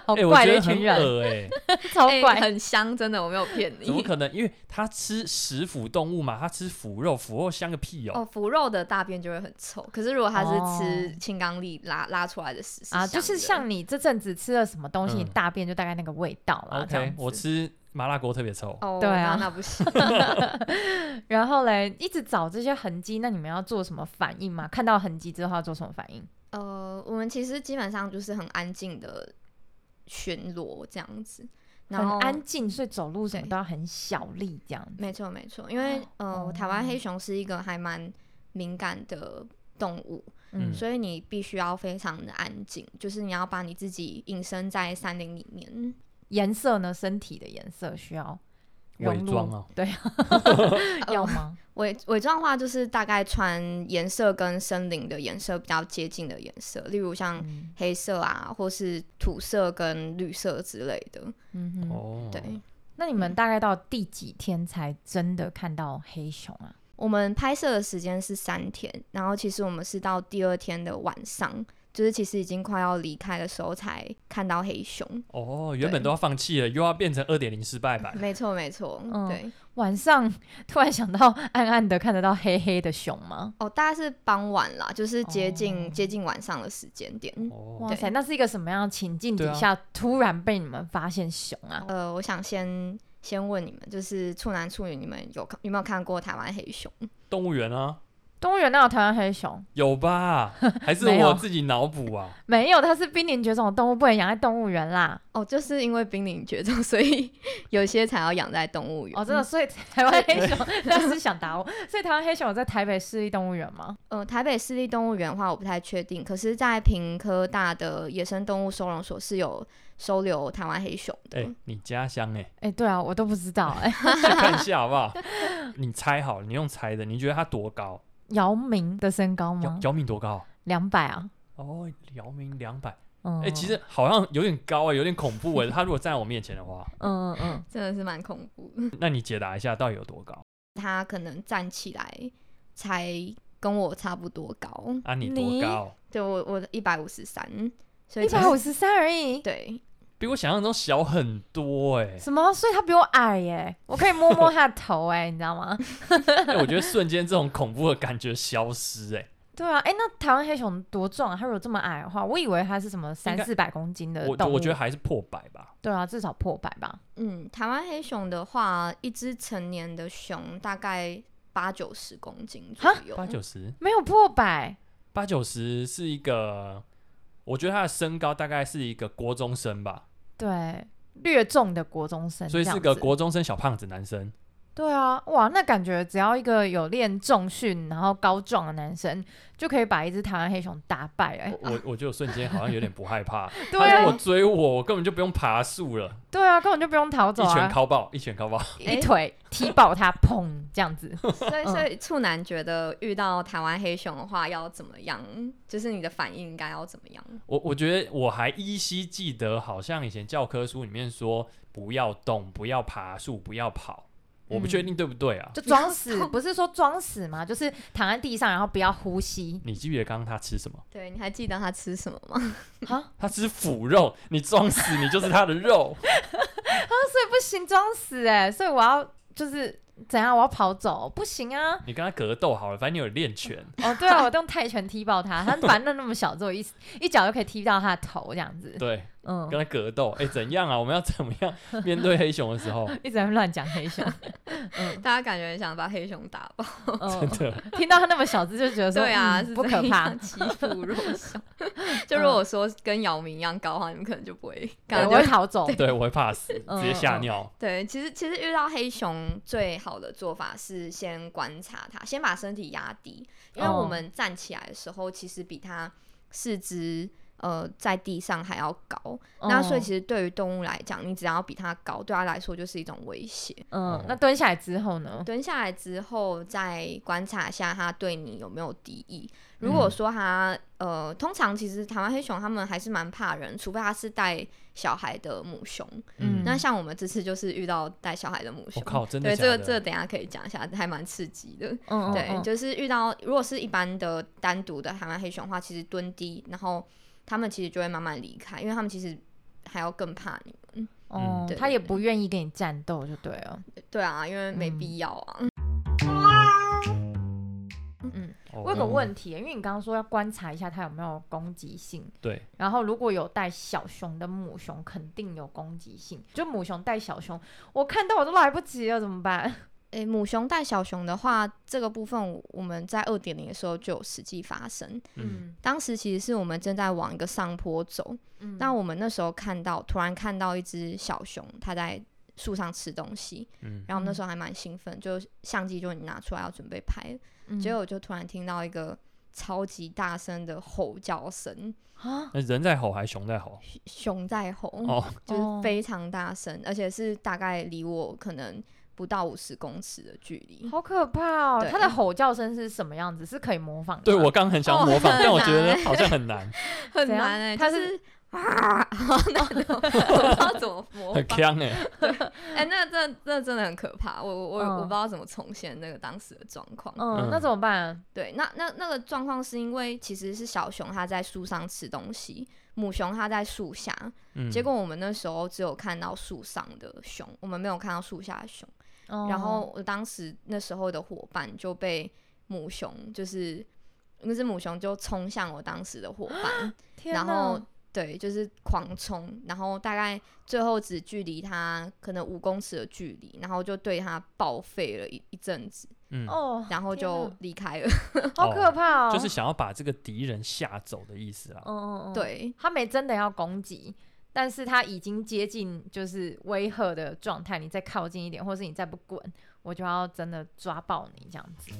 B: 好
A: 哎，我
B: 哦怪
A: 觉
B: 的一
A: 得很
B: 群人，
A: 恶哎，
B: 超
C: 欸
B: 怪。
C: 很香，真的，我没有骗
A: 怎么
C: 你。
A: 可能？因为他吃食腐动物嘛，他吃腐肉，腐肉香个屁
C: 哦，
A: 哦。
C: 腐肉的大便就会很臭，可是如果它
B: 哦
C: 是吃青冈栎拉拉出来的屎
B: 啊，就是像
C: 你
B: 你这阵子吃了什么东西，
A: 嗯
B: 你大便就大概那个味道啦。啊这
A: OK，
B: 样
A: 我
B: 子。
A: 吃麻辣锅特别臭，
C: 哦，
B: 对啊
C: 那那不行。
B: 然后嘞，一直找这些痕迹，那你们要做什么反应吗？看到痕迹之后要做什么反应？
C: 呃，我们其实基本上就是很安静的巡逻这样子，然
B: 很
C: 后
B: 安静，所以走路什么
C: 对
B: 都要很小力这样子。
C: 没错没错，因为呃
B: 哦，
C: 台湾黑熊是一个还蛮敏感的动物，
A: 嗯
C: 所以你必须要非常的安静，就是你要把你自己隐身在山林里面。
B: 颜色呢？身体的颜色需要
A: 伪
B: 融入
A: 装哦，
B: 对，要吗？
C: 伪伪装的话，就是大概穿颜色跟森林的颜色比较接近的颜色，例如像
B: 嗯
C: 黑色啊，或是土色跟绿色之类的。
B: 嗯哼，
A: 哦，
C: 对，
B: 那你们大概到第几天才真的看到黑熊啊？
C: 我们拍摄的时间是三天，然后其实我们是到第二天的晚上，就是其实已经快要离开的时候才看到黑熊。
A: 哦，原本
C: 对
A: 都要放弃了，又要变成二点零失败版。
C: 没错，没错，
B: 哎嗯
C: 对，
B: 晚上突然想到暗暗的看得到黑黑的熊吗？
C: 哦，大概是傍晚啦，就是接近、
B: 哦
C: 接近晚上的时间点。
A: 哦，
B: 哇塞，那是一个什么样的情境
A: 对啊
B: 底下突然被你们发现熊啊？
C: 呃，我想先先问你们，就是处男处女，你们有看有没有看过台湾黑熊？
A: 动物园啊，
B: 动物园哪有台湾黑熊？
A: 有吧？还是
B: 没有
A: 我自己脑补 啊？
B: 没有，它是濒临绝种的动物，不能养在动物园啦。
C: 哦，就是因为濒临绝种，所以 有些才要养在动物园。
B: 哦，真的，所以台湾黑熊， 他是想打我，所以台湾黑熊有在台北市立动物园吗？
C: 呃，台北市立动物园的话，我不太确定，可是，在屏科大的野生动物收容所是有收留台湾黑熊的。
A: 哎，你家乡 哎，
B: 哎、对啊，我都不知道、哎，
A: 去看一下好不好？你猜好了，你用猜的，你觉得它多高？
B: 姚明的身高
A: 姚
B: 吗？
A: 姚明多高？
B: 两百啊。
A: 哦，姚明两百，
B: 嗯，
A: 哎、其，实好像有点高哎、有点恐怖哎、他如果站在我面前的话，
B: 嗯嗯嗯，
C: 真的是蛮恐怖的，
A: 那你解答一下到底有多高？
C: 它可能站起来才跟我差不多高，
A: 啊，你
B: 你
A: 多高？
C: 就我我一百五十三，所以
B: 一
C: 其
B: 百五
C: 实
B: 十三而已。
C: 对，
A: 比我想象中小很多 哎、
B: 什么？所以他比我矮耶、我可以摸摸他的头哎、你知道吗？
A: 哎我觉得瞬间这种恐怖的感觉消失哎、
B: 对啊，哎、那台湾黑熊多重啊？它如果这么矮的话，我以为它是什么三
A: 应该
B: 四百公斤的
A: 我
B: 呃动物，
A: 我觉得还是破百吧。
B: 对啊，至少破百吧。
C: 嗯，台湾黑熊的话，一只成年的熊大概八九十公斤左右，
A: 八九十，
B: 没有破百，
A: 八九十是一个，我觉得它的身高大概是一个国中生吧，
B: 对，略重的国中生，
A: 所以是个。国中生小胖子 男生。
B: 对啊，哇，那感觉只要一个有练重训然后高壮的男生，就可以把一只台湾黑熊打败、哎，
A: 我我我就瞬间好像有点不害怕，
B: 对
A: 哦他如果
B: 啊，
A: 追我，我根本就不用爬树了，
B: 对啊，根本就不用逃走
A: 一拳
B: 啊，
A: 敲爆，一拳敲爆。
B: 一腿踢爆它，砰，这样 子。
C: 所以所以处男觉得遇到台湾黑熊的话要怎么样？就是你的反应应该要怎么样？
A: 我我觉得我还依稀记得，好像以前教科书里面说不要动，不要爬树，不要跑，我不
B: 嗯
A: 确定对不对啊。
B: 就装死，不是说装死嘛，就是躺在地上，然后不要呼吸。
A: 你记不记得刚刚他吃什么？
C: 对，你还记得他吃什么吗？
B: 啊，
A: 他吃腐肉，你装死，你就是他的肉。
B: 所以不行，装死哎、所以我要就是怎样，我要跑走，不行啊。
A: 你跟他格斗好了，反正你有练 拳。
B: 哦，对啊，我用泰拳踢爆他，他反正那么小，只有一一脚就可以踢到他的头这样子。
A: 对，
B: 嗯
A: 跟，他格斗，哎、怎样啊？我们要怎么样面对黑熊的 时候？
B: 一直在乱讲黑 熊。嗯
C: 大家感觉很想把黑熊打 爆。
A: 真
B: 嗯，
A: 的，
B: 听到他那么小只就觉得说，
C: 对啊，
B: 嗯
C: 是
B: 不可
C: 怎
B: 怕
C: 样。欺负弱小。 就如果说跟姚明一样高的话，你们可能就不嗯会
B: 对
C: 感
B: 我会
C: 觉。
B: 逃走。
A: 对我会怕死，
C: 嗯
A: 直接吓尿。
C: 对，其实其实遇到黑熊最好的做法是先观察它，先把身体压低，因为
B: 哦
C: 我们站起来的时候，其实比它四肢呃在地上还要高。
B: 嗯
C: 那
A: 哦
C: 所以其实对于动物来讲，你只要比它高，对它来说就是一种威胁。
B: 嗯，那蹲下来之后呢？
C: 蹲下来之后，再观察一下它对你有没有敌意。如
A: 嗯
C: 果说它、呃，通常其实台湾黑熊它们还是蛮怕人，除非它是带小孩的母熊。
B: 嗯，
C: 那像我们这次就是遇到带小孩的母
A: 我、
C: 熊，
A: 靠，真的
C: 对，
A: 假
C: 这
A: 的？哦
C: 个这个等一下可以讲一下，还蛮刺激的。
B: 嗯，嗯
C: 对，
B: 嗯
C: 就是遇到如果是一般的单独的海湾黑熊的话，其实蹲低，然后他们其实就会慢慢离开，因为他们其实还要更怕你。
B: 哦
A: 嗯
C: 对
B: 他
C: 对
B: 也
C: 对
B: 不愿意跟你战斗，就对了。
C: 对啊，因为没
B: 嗯
C: 必要啊。
A: 哦
B: 我有个问题，因为你刚刚说要观察一下它有没有攻击性，
A: 对，
B: 然后如果有带小熊的母熊，肯定有攻击性。就母熊带小熊，我看到我都来不及了，怎么
A: 嗯
B: 办？
C: 诶、母熊带小熊的话，这个部分我们在二点零的时候就有实际发生。
A: 嗯，
C: 当时其实是我们正在往一个上坡走，
B: 嗯
C: 那我们那时候看到，突然看到一只小熊，它在树上吃东西，
A: 嗯
C: 然后我们那时候还蛮兴奋，就相机就拿出来要准备拍，
B: 嗯
C: 结果我就突然听到一个超级大声的吼叫声，
B: 啊，
A: 那人在吼还是熊在吼？
C: 熊熊在吼，
A: 哦，
C: 就是
B: 哦
C: 非常大声，而且是大概离我可能不到五十公尺的距离。
B: 好可怕哦！
C: 对
B: 它的吼叫声是什么样子？是可以模仿的。
A: 对，我，刚刚很想模仿，
C: 哦
A: 但我
C: 很
A: 觉得
C: 难
A: 好像很难，
C: 很
B: 怎样
C: 难哎、
B: 它
C: 它
B: 是
C: 是 啊，好难哦，我不知道怎么 模
A: 很
C: 仿。
A: 强哎。
C: 哎、那这那真的很可怕，我我、
B: 嗯
C: 我不知道怎么重现那个当时的状况。
B: 嗯
A: 嗯，
B: 那怎么办？
C: 对，那那那个状况是因为其实是小熊它在树上吃东西，母熊它在树下，
A: 嗯
C: 结果我们那时候只有看到树上的熊，我们没有看到树下的熊。
B: 哦
C: 然后我当时那时候的伙伴就被母熊就是。那只母熊就冲向我当时的伙伴，
B: 天
C: 然
B: 哪哦
C: 后对，就是狂冲，然后大概最后只距离他可能五公尺的距离，然后就对他报废了一一阵子，
A: 嗯，
B: 哦，
C: 然后
B: 天
C: 就
B: 哪
C: 离开了。
B: 好可怕哦，
A: 就是想要把这个敌人吓走的意思啦。啊
B: 嗯嗯嗯，
C: 对
B: 他没真的要攻击，但是他已经接近就是威吓的状态，你再靠近一点，或是你再不滚，我就要真的抓爆你这样子。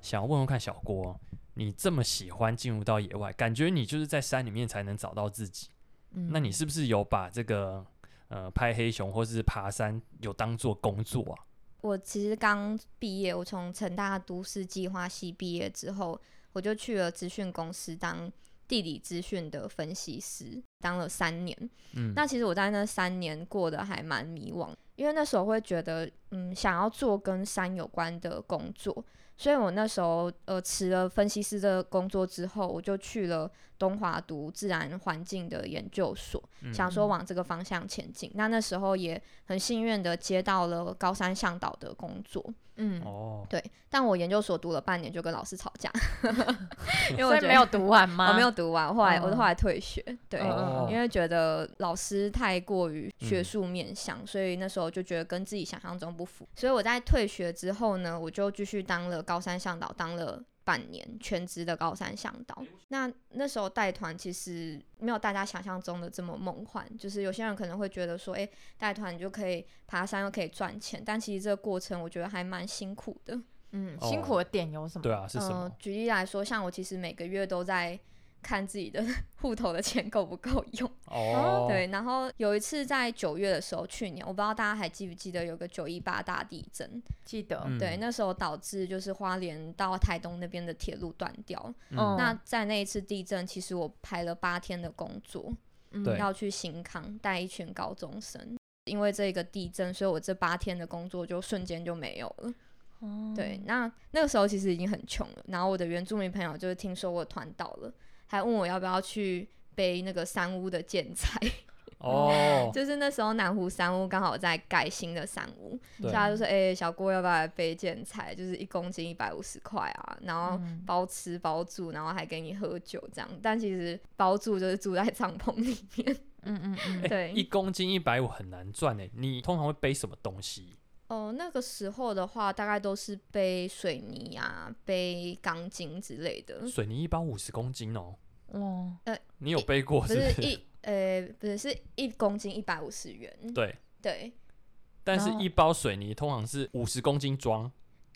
A: 想要问问看小郭，你这么喜欢进入到野外，感觉你就是在山里面才能找到自己。
B: 嗯
A: 那你是不是有把这个呃拍黑熊或是爬山有当做工作啊？
C: 我其实刚毕业，我从成大都市计划系毕业之后，我就去了资讯公司当地理资讯的分析师，当了三年。
A: 嗯，
C: 那其实我在那三年过得还蛮迷惘，因为那时候会觉得，嗯，想要做跟山有关的工作，所以我那时候呃辞了分析师的工作之后，我就去了东华读自然环境的研究所，
A: 嗯
C: 想说往这个方向前进。那那时候也很幸运的接到了高山向导的工作，嗯。
A: 哦，
C: 对，但我研究所读了半年就跟老师吵架， 因为
B: 所
C: 我
B: 以
C: 觉
B: 没
C: 得哦
B: 有读完吗？
C: 我没有读完，后来、我
B: 嗯
C: 后来退学，对，嗯
A: 哦嗯
C: 因为觉得老师太过于学术面向，所以那时候就觉得跟自己想象中不符。所以我在退学之后呢，我就继续当了高山向导，当了。半年全职的高山向导，那那时候带团其实没有大家想象中的这么梦幻，就是有些人可能会觉得说，诶、带团你就可以爬山又可以赚钱，但其实这个过程我觉得还蛮辛苦的。
B: 嗯，
A: 哦
B: 辛苦的点有什么？
A: 对啊，是什么
C: 呃？？举例来说，像我其实每个月都在看自己的 户头的钱够不够用。
A: 哦，，
C: 呃对，然后有一次在九月的时候，去年我不知道大家还记不记得有个九一八大地震，
B: 记得，
A: 嗯
C: 对，那时候导致就是花莲到台东那边的铁路断掉。
B: 嗯
A: 哦
C: 那在那一次地震，其实我排了八天的工作，
B: 嗯
A: 对
C: 要去新康带一群高中生。因为这个地震，所以我这八天的工作就瞬间就没有了。
B: 哦
C: 对，那那个时候其实已经很穷了。然后我的原住民朋友就是听说我团到了，还问我要不要去背那个山屋的建材，
A: 哦，
C: 就是那时候南湖山屋刚好在盖新的山屋，所以
A: 对
C: 他就说：“哎、小郭要不要来背建材？就是一公斤一百五十块啊，然后
B: 嗯
C: 包吃包住，然后还给你喝酒这样。但其实包住就是住在帐篷里 面。
B: 嗯嗯嗯，
A: 哎
C: 对
A: 一公斤一百五很难赚诶。你通常会背什么东西？
C: 哦，那个时候的话，大概都是背水泥啊、背钢筋之类的。
A: 水泥一包五十公斤哦，
B: 哇，
A: 你有背过
C: 不
A: 是
C: 是
A: 不是？
C: 一呃，不是是一公斤一百五十元。
A: 对，
C: 对
A: 但是
B: 然后
A: 一包水泥通常是五十公斤装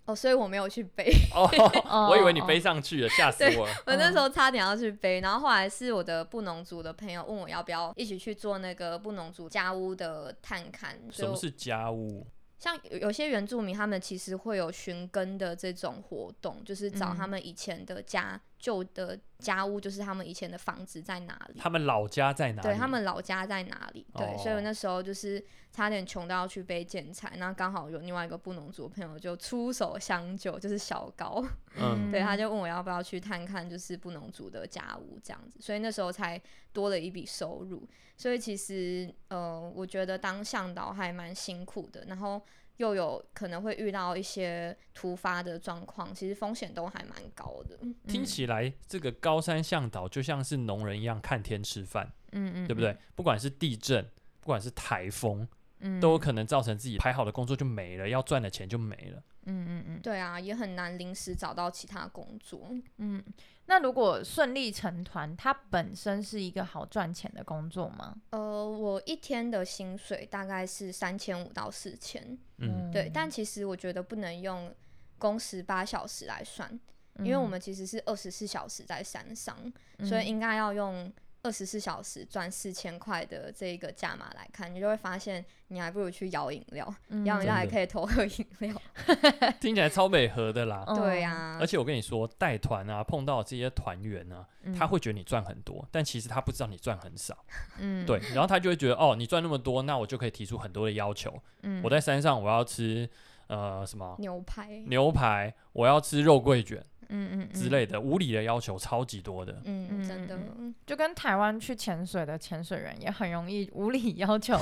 C: 哦，所以我没有去背，
A: 哦，
B: 哦
A: 我以为你背上去了，吓死我了。
C: 我那
A: 嗯
C: 时候差点要去背，然后后来是我的布农族的朋友问我要不要一起去做那个布农族家屋的探勘，
A: 什么
C: 就是
A: 家务？
C: 像有有些原住民他们其实会有寻根的这种活动，就是找
B: 嗯
C: 他们以前的家旧的家屋，就是他们以前的房子在哪里。
A: 他们老家在哪里？
C: 对他们老家在哪里？对，所以
A: 哦
C: 我那时候就是差点穷到要去背建材，那刚好有另外一个布农族的朋友就出手相救，就是小高，
A: 嗯，
C: 对，他就问我要不要去探看就是布农族的家务这样子，所以那时候才多了一笔收入。所以其实呃，我觉得当向导还蛮辛苦的，然后又有可能会遇到一些突发的状况，其实风险都还蛮高的。
A: 听起来这个高山向导就像是农人一样看天吃饭，
B: 嗯嗯，
A: 对不对？不管是地震，不管是台风，
B: 嗯？嗯，
A: 都有可能造成自己排好的工作就没了，要赚的钱就没了。
B: 嗯嗯嗯
C: 对啊，也很难临时找到其他工作。
B: 嗯。那如果顺利成团，它本身是一个好赚钱的工作吗？
C: 呃，我一天的薪水大概是三千五到四千，
A: 嗯，
C: 对，但其实我觉得不能用工时八小时来算，
B: 嗯
C: 因
A: 嗯
C: 为我们其实是二十四小时在山上，所
B: 嗯
C: 以应该要用二十四小时赚四千块的这个价码来看，你就会发现你还不如去摇饮料，
B: 嗯
C: 摇饮
A: 真
C: 料还
A: 的
C: 可以偷喝饮料，
A: 听起来超美和 的啦。
C: 对
B: 呀，
C: 啊呀、
A: 而且我跟你说，带团啊，碰到这些团员啊，他会觉得你赚很多，但其实他不知道你赚很少。
B: 嗯，
A: 对，然后他就会觉得，哦，你赚那么多，那我就可以提出很多的要求。
B: 嗯
A: 我在山上我要吃呃什么
C: 牛排，
A: 牛排，我要吃肉桂卷
B: 嗯嗯
A: 之，类的，无理的要求超级多的。
C: 嗯，真的，
B: 嗯就跟台湾去潜水的潜水员也很容易无理要求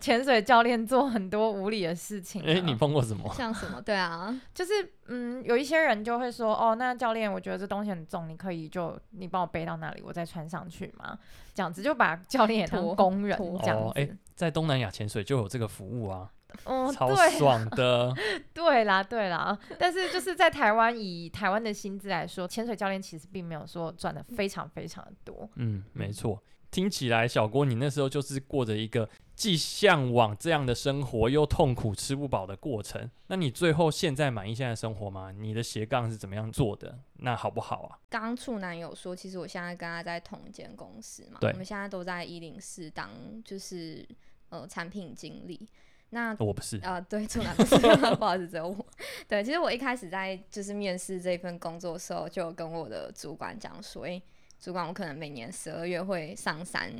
B: 潜水教练做很多无理的事情啊。
A: 诶，哎你碰过什么？
C: 像什么？对啊，
B: 就是嗯，有一些人就会说，哦，那教练，我觉得这东西很重，你可以就你帮我背到那里，我再穿上去嘛，这样子就把教练也当
C: 拖
B: 工人
C: 拖
B: 这样
A: 哦，诶，
B: 子。
A: 在东南亚潜水就有这个服务啊，
B: 哦，
A: 超
B: 对
A: 爽的。
B: 对啊啦，对啦，但是就是在台湾，以台湾的薪资来说，潜水教练其实并没有说赚的非常非常的多。
A: 嗯，没错。听起来小郭，你那时候就是过着一个既向往这样的生活，又痛苦吃不饱的过程。那你最后现在满意现在的生活吗？你的斜杠是怎么样做的？那好不好啊？
C: 刚刚处男友说，其实我现在跟他在同一间公司嘛，
A: 对
C: 我们现在都在一零四当就是呃产品经理。那
B: 嗯
A: 我不是，
C: 啊，对，处男不是， 不好意思，只有我。对，其实我一开始在就是面试这份工作的时候，就有跟我的主管讲说，诶、主管，我可能每年十二月会上山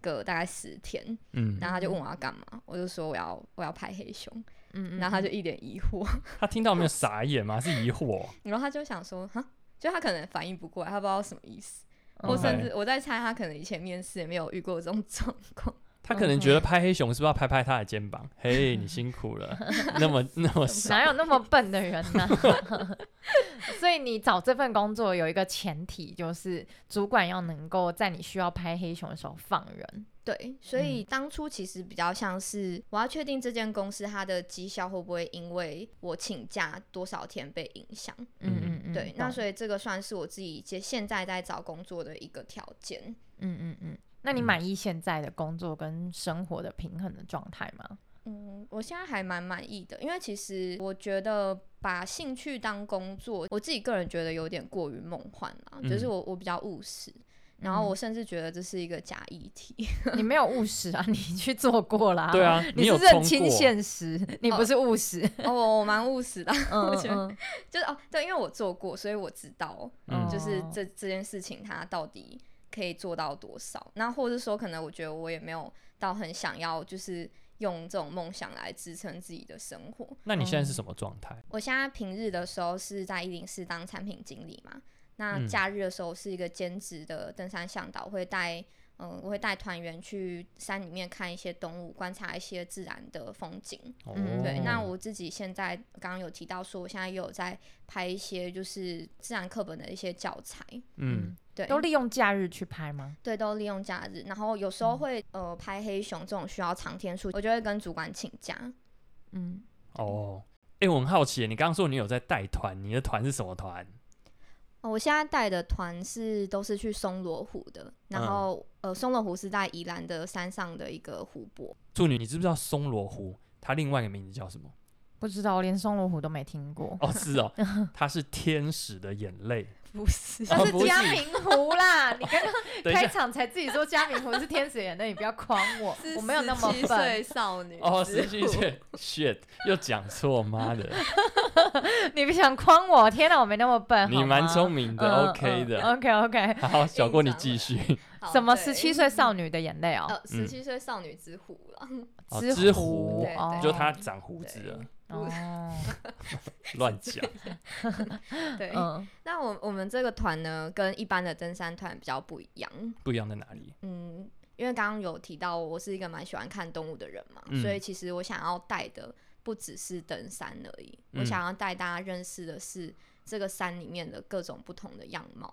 C: 个大概十天，
A: 嗯，
C: 然后他就问我要干嘛，我就说我要我要拍黑熊，
B: 嗯嗯，
C: 然后他就一脸疑惑，
A: 他听到没有傻眼吗？是疑惑，哦
C: 然后他就想说，哈，就他可能反应不过来，他不知道什么意思，
B: 嗯
C: 或甚至我在猜他可能以前面试也没有遇过这种状况，
A: 他可能觉
B: 嗯
A: 得拍黑熊是不是要拍拍他的肩 膀？嘿，你辛苦了，那么那么傻，
B: 哪有那么笨的人 呢、所以你找这份工作有一个前提，就是主管要能够在你需要拍黑熊的时候放人。
C: 对，所以当初其实比较像是我要确定这间公司它的绩效会不会因为我请假多少天被影响。
B: 嗯
A: 嗯
B: 嗯嗯，
C: 对，那
B: 懂
C: 所以这个算是我自己接现在在找工作的一个条件。
B: 嗯嗯嗯，那你
A: 嗯
B: 满意现在的工作跟生活的平衡的状态吗？
C: 嗯，我现在还蛮满意的，因为其实我觉得把兴趣当工作，我自己个人觉得有点过于梦幻啦，就是
A: 嗯
C: 我我比较务实。然后我甚至觉得这是一个假议题，
B: 你没有务实 啊，你去做过啦。
A: 对，啊，
B: 你
A: 有
B: 是
A: 冲
B: 认
A: 过，
B: 清现实，你不是务实。
C: 哦，我我蛮务实的，
B: 嗯
C: 我觉得
B: 嗯
C: 就是哦，对，因为我做过，所以我知道
B: 嗯
A: 嗯
C: 就是
B: 哦
C: 这这件事情它到底可以做到多少？那或者说，可能我觉得我也没有到很想要，就是用这种梦想来支撑自己的生活。
A: 那你
B: 嗯
A: 现在是什么状态？
C: 我现在平日的时候是在一零四当产品经理嘛，那
A: 嗯
C: 假日的时候是一个兼职的登山向导，会带。嗯，我会带团员去山里面看一些动物，观察一些自然的风景。
A: 哦
B: 嗯
C: 对，那我自己现在刚刚有提到说，我现在也有在拍一些就是自然课本的一些教材，
A: 嗯
C: 对，
B: 都利用假日去拍吗？
C: 对都利用假日，然后有时
B: 嗯
C: 候会、呃拍黑熊这种需要长天数，我就会跟主管请假。
B: 嗯，
A: 哦，哎，我很好奇耶，你刚刚说你有在带团，你的团是什么团？
C: 哦、我现在带的团是都是去松罗湖的，然
A: 嗯
C: 后、呃松罗湖是在宜兰的山上的一个湖泊，
A: 处女，你知不知道松罗湖？它另外一个名字叫什么？
B: 不知道，我连松罗湖都没听过。
A: 哦，是 哦，它是天使的眼泪。
C: 不是
A: 哦
B: 那是
A: 不是哦
B: 嘉明湖 啦！你刚刚
A: 等一
B: 开
A: 下，
B: 场才自己说嘉明湖是天使眼泪，你不要诓我，我没有那么笨。
C: 少女
A: 哦，十七岁，shit，又讲错，妈 的，
B: 你不想诓我？天哪，我没那么笨。
A: 你蛮聪
B: 明嗯
A: 明的，OK 的。
B: OK OK，
A: 好，小
B: 哎
A: 郭你
C: 硬讲
A: 继续。
B: 什么十七
C: 嗯
B: 岁少女的眼泪哦？
C: 呃十七岁少女之湖了，
A: 哦
B: 知
A: 知
B: 湖
A: 湖
C: 对
B: 哦，
A: 就他长胡子了，
B: 哦，
A: 乱讲。
C: 对，
B: 嗯
C: 那我我们这个团呢，跟一般的登山团比较不一样，
A: 不一样在哪里？
C: 嗯，因为刚刚有提到我是一个蛮喜欢看动物的人嘛，
A: 嗯
C: 所以其实我想要带的不只是登山而已，我
A: 嗯
C: 想要带大家认识的是这个山里面的各种不同的样貌，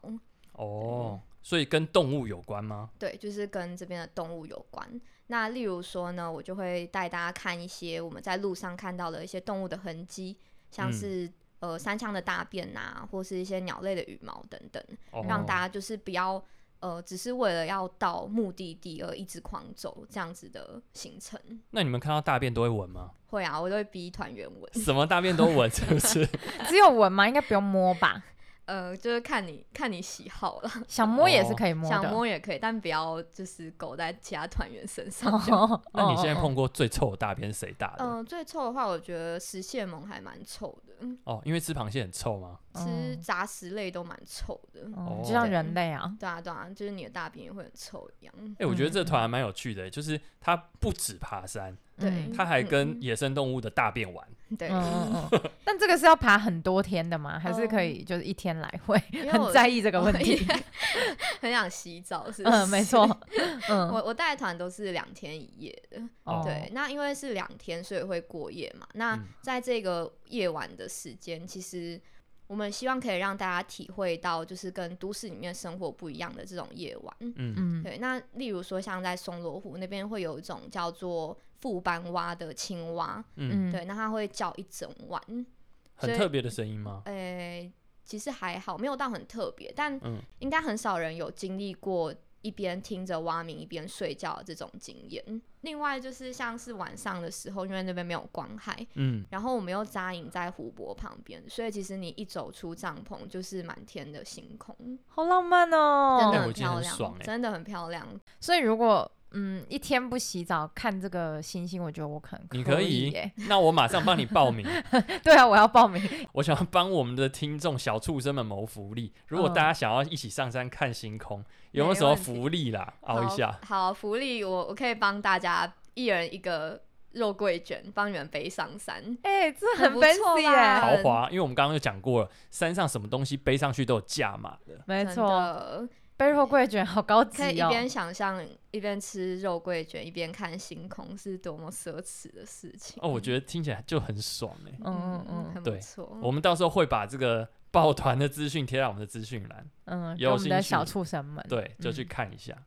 A: 哦，所以跟动物有关吗？
C: 对，就是跟这边的动物有关。那例如说呢，我就会带大家看一些我们在路上看到的一些动物的痕迹，像
A: 嗯
C: 是、呃山羌的大便啊，或是一些鸟类的羽毛等等。
A: 哦，
C: 让大家就是不要呃，只是为了要到目的地而一直狂走这样子的行程。
A: 那你们看到大便都会闻 吗？
C: 会啊，我都会逼团员闻，
A: 什么大便都闻，是不是？
B: 只有闻吗？应该不用摸吧？
C: 呃，就是看你看你喜好了，
B: 想摸也是可以摸的。
C: 想摸也可以，但不要就是狗在其他团员身 上。
B: 哦，
A: 那你现在
B: 哦
A: 碰过最臭的大便是谁大的？
C: 嗯、最臭的话，我觉得食蟹獴还蛮臭的，
A: 哦，因为吃螃蟹很臭吗？
B: 嗯
C: 吃杂食类都蛮臭的。
B: 哦
A: 哦
B: 就像人类啊，
C: 对啊，对啊，就是你的大便也会很臭 一样。
A: 哎，我觉得这团还蛮有趣的，就是它不止爬山，
C: 对，
B: 嗯
A: 它还
C: 嗯
A: 跟野生动物的大便玩。
C: 对，
B: 嗯嗯 嗯，但这个是要爬很多天的吗？还是可以就是一天来回？
C: 因为嗯
B: 嗯
C: 我
B: 很在意这个问题。
C: 很想洗澡，是不是？
B: 嗯，没错。 嗯，
C: 我我带团都是两天一夜的，
B: 哦
C: 对，，那因为是两天，所以会过夜嘛。那
A: 嗯
C: 在这个夜晚的时间，其实我们希望可以让大家体会到，就是跟都市里面生活不一样的这种夜晚。
A: 嗯，
B: 嗯，
C: 对，那例如说像在松罗湖那边会有一种叫做富斑蛙的青蛙，
A: 嗯
C: 对，那它会叫一整晚。
A: 很特别的声音吗？
C: 诶、其实还好，没有到很特别，但
A: 嗯
C: 应该很少人有经历过一边听着蛙鸣一边睡觉的这种经验。另外就是像是晚上的时候，因为那边没有光害，
A: 嗯，
C: 然后我们又扎营在湖泊旁边，所以其实你一走出帐篷就是满天的星空，
B: 好浪漫
C: 真的
B: 哦。
A: 我觉得
C: 很漂
A: 很
C: 亮，
A: 爽欸
C: 真的很漂亮。
B: 所以如果嗯一天不洗澡看这个星星，我觉得我可能
A: 你
B: 可
A: 可以
B: 耶。
A: 嗯那我马上帮你报名。
B: 对啊，我要报名。
A: 我想要帮我们的听众小畜生们谋福利。如果
B: 嗯
A: 大家想要一起上山看星空，有没有什么福利啦？熬一下，
C: 好，好福利我我可以帮大家一人一个肉桂卷帮你们背上山，
B: 哎、这
C: 很
B: 很
C: 不
B: fancy
C: 错啦
B: 耶、
A: 豪华，因为我们刚刚就讲过了，山上什么东西背上去都有价码的，
B: 没
C: 真
B: 错，
C: 的
B: 背肉桂卷好高
C: 可以
B: 级
C: 一
B: 哦、
C: 边想象一边吃肉桂卷，一边看星空，是多么奢侈的事情。
A: 哦，我觉得听起来就很爽哎、
B: 嗯嗯嗯
C: 很不
A: 对
C: 错。
A: 我们到时候会把这个抱团的资讯贴到我们的资讯栏，
B: 嗯，给
A: 有
B: 我们的
A: 兴趣
B: 小畜生们，
A: 对，就去看一下。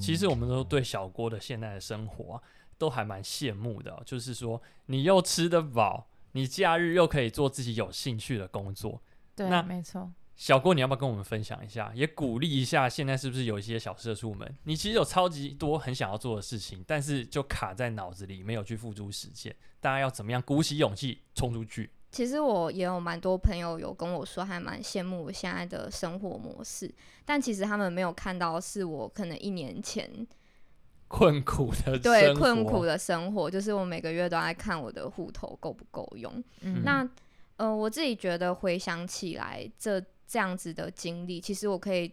A: 其实我们都对小郭的现在的生活啊、都还蛮羡慕的哦、就是说你又吃得饱，你假日又可以做自己有兴趣的工作。
B: 对，
A: 那
B: 没错。
A: 小郭，你要不要跟我们分享一下，也鼓励一下现在是不是有一些小社畜们，你其实有超级多很想要做的事情，但是就卡在脑子里，没有去付诸实践。大家要怎么样鼓起勇气冲出去？
C: 其实我也有蛮多朋友有跟我说，还蛮羡慕我现在的生活模式，但其实他们没有看到是我可能一年前
A: 困苦的
C: 对
A: 生活
C: 困苦的生活，就是我每个月都在看我的户头够不够用。
B: 嗯，
C: 那呃，我自己觉得回想起来这这样子的经历，其实我可以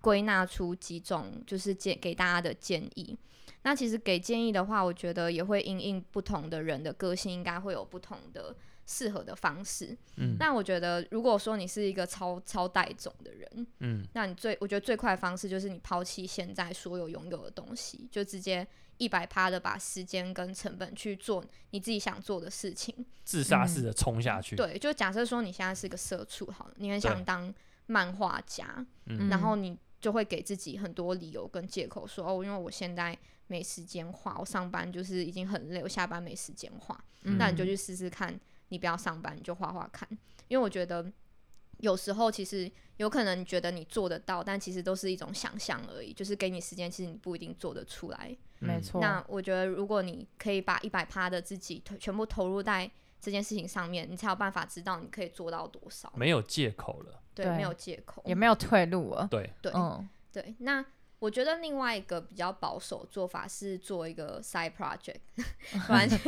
C: 归纳出几种，就是建给大家的建议。那其实给建议的话，我觉得也会因应不同的人的个性，应该会有不同的适合的方式。
A: 嗯
C: 那我觉得，如果说你是一个超超带种的人，
A: 嗯
C: 那你最我觉得最快的方式就是你抛弃现在所有拥有的东西，就直接一百趴的把时间跟成本去做你自己想做的事情。
A: 自杀式的冲下去。
C: 嗯对，就假设说你现在是个社畜，好了，你很
A: 对
C: 想当漫画家，
B: 嗯
C: 然后你就会给自己很多理由跟借口说，哦，因为我现在没时间画，我上班就是已经很累，我下班没时间画，那你就
B: 嗯
C: 去试试看，你不要上班，你就画画看，因为我觉得。有时候其实有可能你觉得你做得到，但其实都是一种想象而已，就是给你时间，其实你不一定做得出来。
B: 没
A: 嗯
B: 错。
C: 那我觉得，如果你可以把一百趴的自己投全部投入在这件事情上面，你才有办法知道你可以做到多少。
A: 没有借口了。
C: 对，
B: 对
C: 没有借口，
B: 也没有退路了。
A: 对，
C: 对、
B: 嗯，
C: 对。那我觉得另外一个比较保守做法是做一个 side project，反 正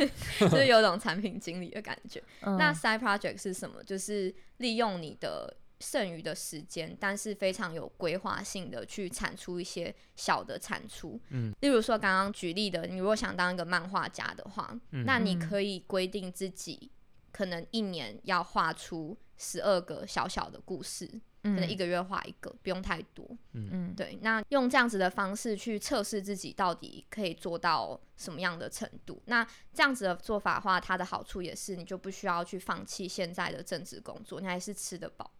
C: 就是有种产品经理的感觉。那
A: 嗯
B: 那
C: side project 是什么？就是利用你的剩余的时间，但是非常有规划性的去产出一些小的产出。
A: 嗯，
C: 例如说刚刚举例的，你如果想当一个漫画家的话，
A: 嗯
C: 那你
B: 嗯
C: 可以规定自己可能一年要画出十二个小小的故事，可能一
B: 嗯
C: 个月画一个，不用太多。
B: 嗯，
C: 对，那用这样子的方式去测试自己到底可以做到什么样的程度。那这样子的做法的话，它的好处也是，你就不需要去放弃现在的正职工作，你还是吃得饱。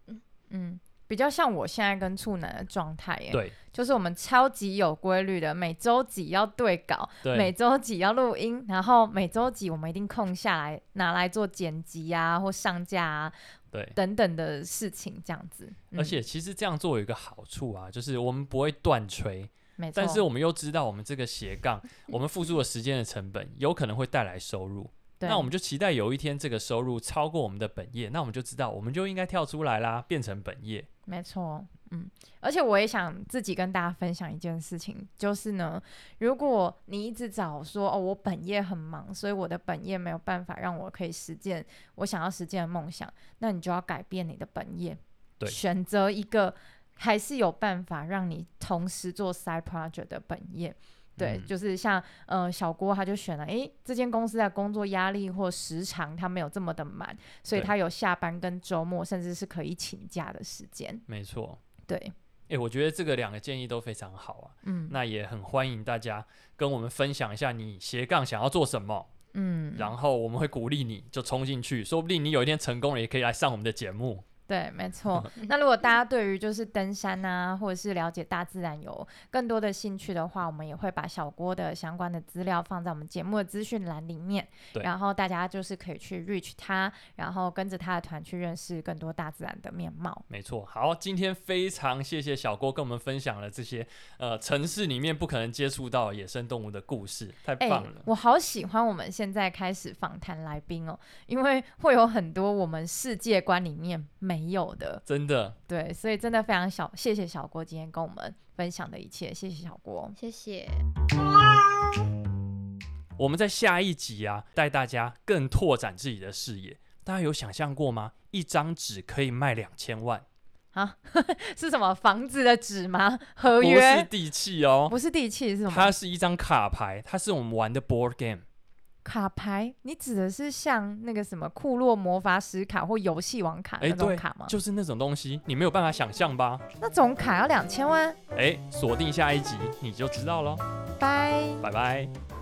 B: 嗯，比较像我现在跟处男的状态耶，
A: 对
B: 就是我们超级有规律的，每周几要对稿，每
A: 对，
B: 周几要录音，然后每周几我们一定空下来拿来做剪辑啊或上架啊
A: 对。
B: 等等的事情，这样子。嗯
A: 而且其实这样做有一个好处啊，就是我们不会断锤，
B: 没错，
A: 但是我们又知道我们这个斜杠，我们付出的时间的成本有可能会带来收入。
B: 对
A: 那我们就期待有一天这个收入超过我们的本业，那我们就知道我们就应该跳出来啦，变成本业。
B: 没错，嗯，而且我也想自己跟大家分享一件事情，就是呢，如果你一直找说哦，我本业很忙，所以我的本业没有办法让我可以实践我想要实践的梦想，那你就要改变你的本业，
A: 对
B: 选择一个还是有办法让你同时做 side project 的本业。对，
A: 嗯
B: 就是像呃小郭他就选了，诶，这间公司的工作压力或时长他没有这么的满，所以
A: 对
B: 他有下班跟周末，甚至是可以请假的时间。
A: 没错，
B: 对，
A: 诶，我觉得这个两个建议都非常好啊。
B: 嗯
A: 那也很欢迎大家跟我们分享一下你斜杠想要做什么，
B: 嗯，
A: 然后我们会鼓励你就冲进去，说不定你有一天成功了，也可以来上我们的节目。
B: 对，没 错。那如果大家对于就是登山啊，或者是了解大自然有更多的兴趣的话，我们也会把小郭的相关的资料放在我们节目的资讯栏里面，
A: 对
B: 然后大家就是可以去 reach 他，然后跟着他的团去认识更多大自然的面貌。
A: 没错，好，今天非常谢谢小郭跟我们分享了这些呃城市里面不可能接触到野生动物的故事，太
B: 哎、
A: 棒了。
B: 我好喜欢我们现在开始访谈来宾哦，因为会有很多我们世界观里面没有的，
A: 真的，
B: 对，所以真的非常小，谢谢小郭今天跟我们分享的一切，谢谢小郭。
C: 谢谢。
A: 我们在下一集啊，带大家更拓展自己的视野。大家有想象过吗？一张纸可以卖两千万，
B: 啊，是什么房子的纸 吗？合
A: 不是
B: 约
A: 地契哦，
B: 不是地契是什么？
A: 它是一张卡牌，它是我们玩的 board game。
B: 卡牌？你指的是像那个什么库洛魔法使卡或游戏王卡
A: 哎、
B: 那种
A: 对
B: 卡吗，？
A: 就是那种东西，你没有办法想象吧？
B: 那种卡要两千万，
A: 哎、锁定下一集你就知道喽，
B: 拜。
A: 拜拜。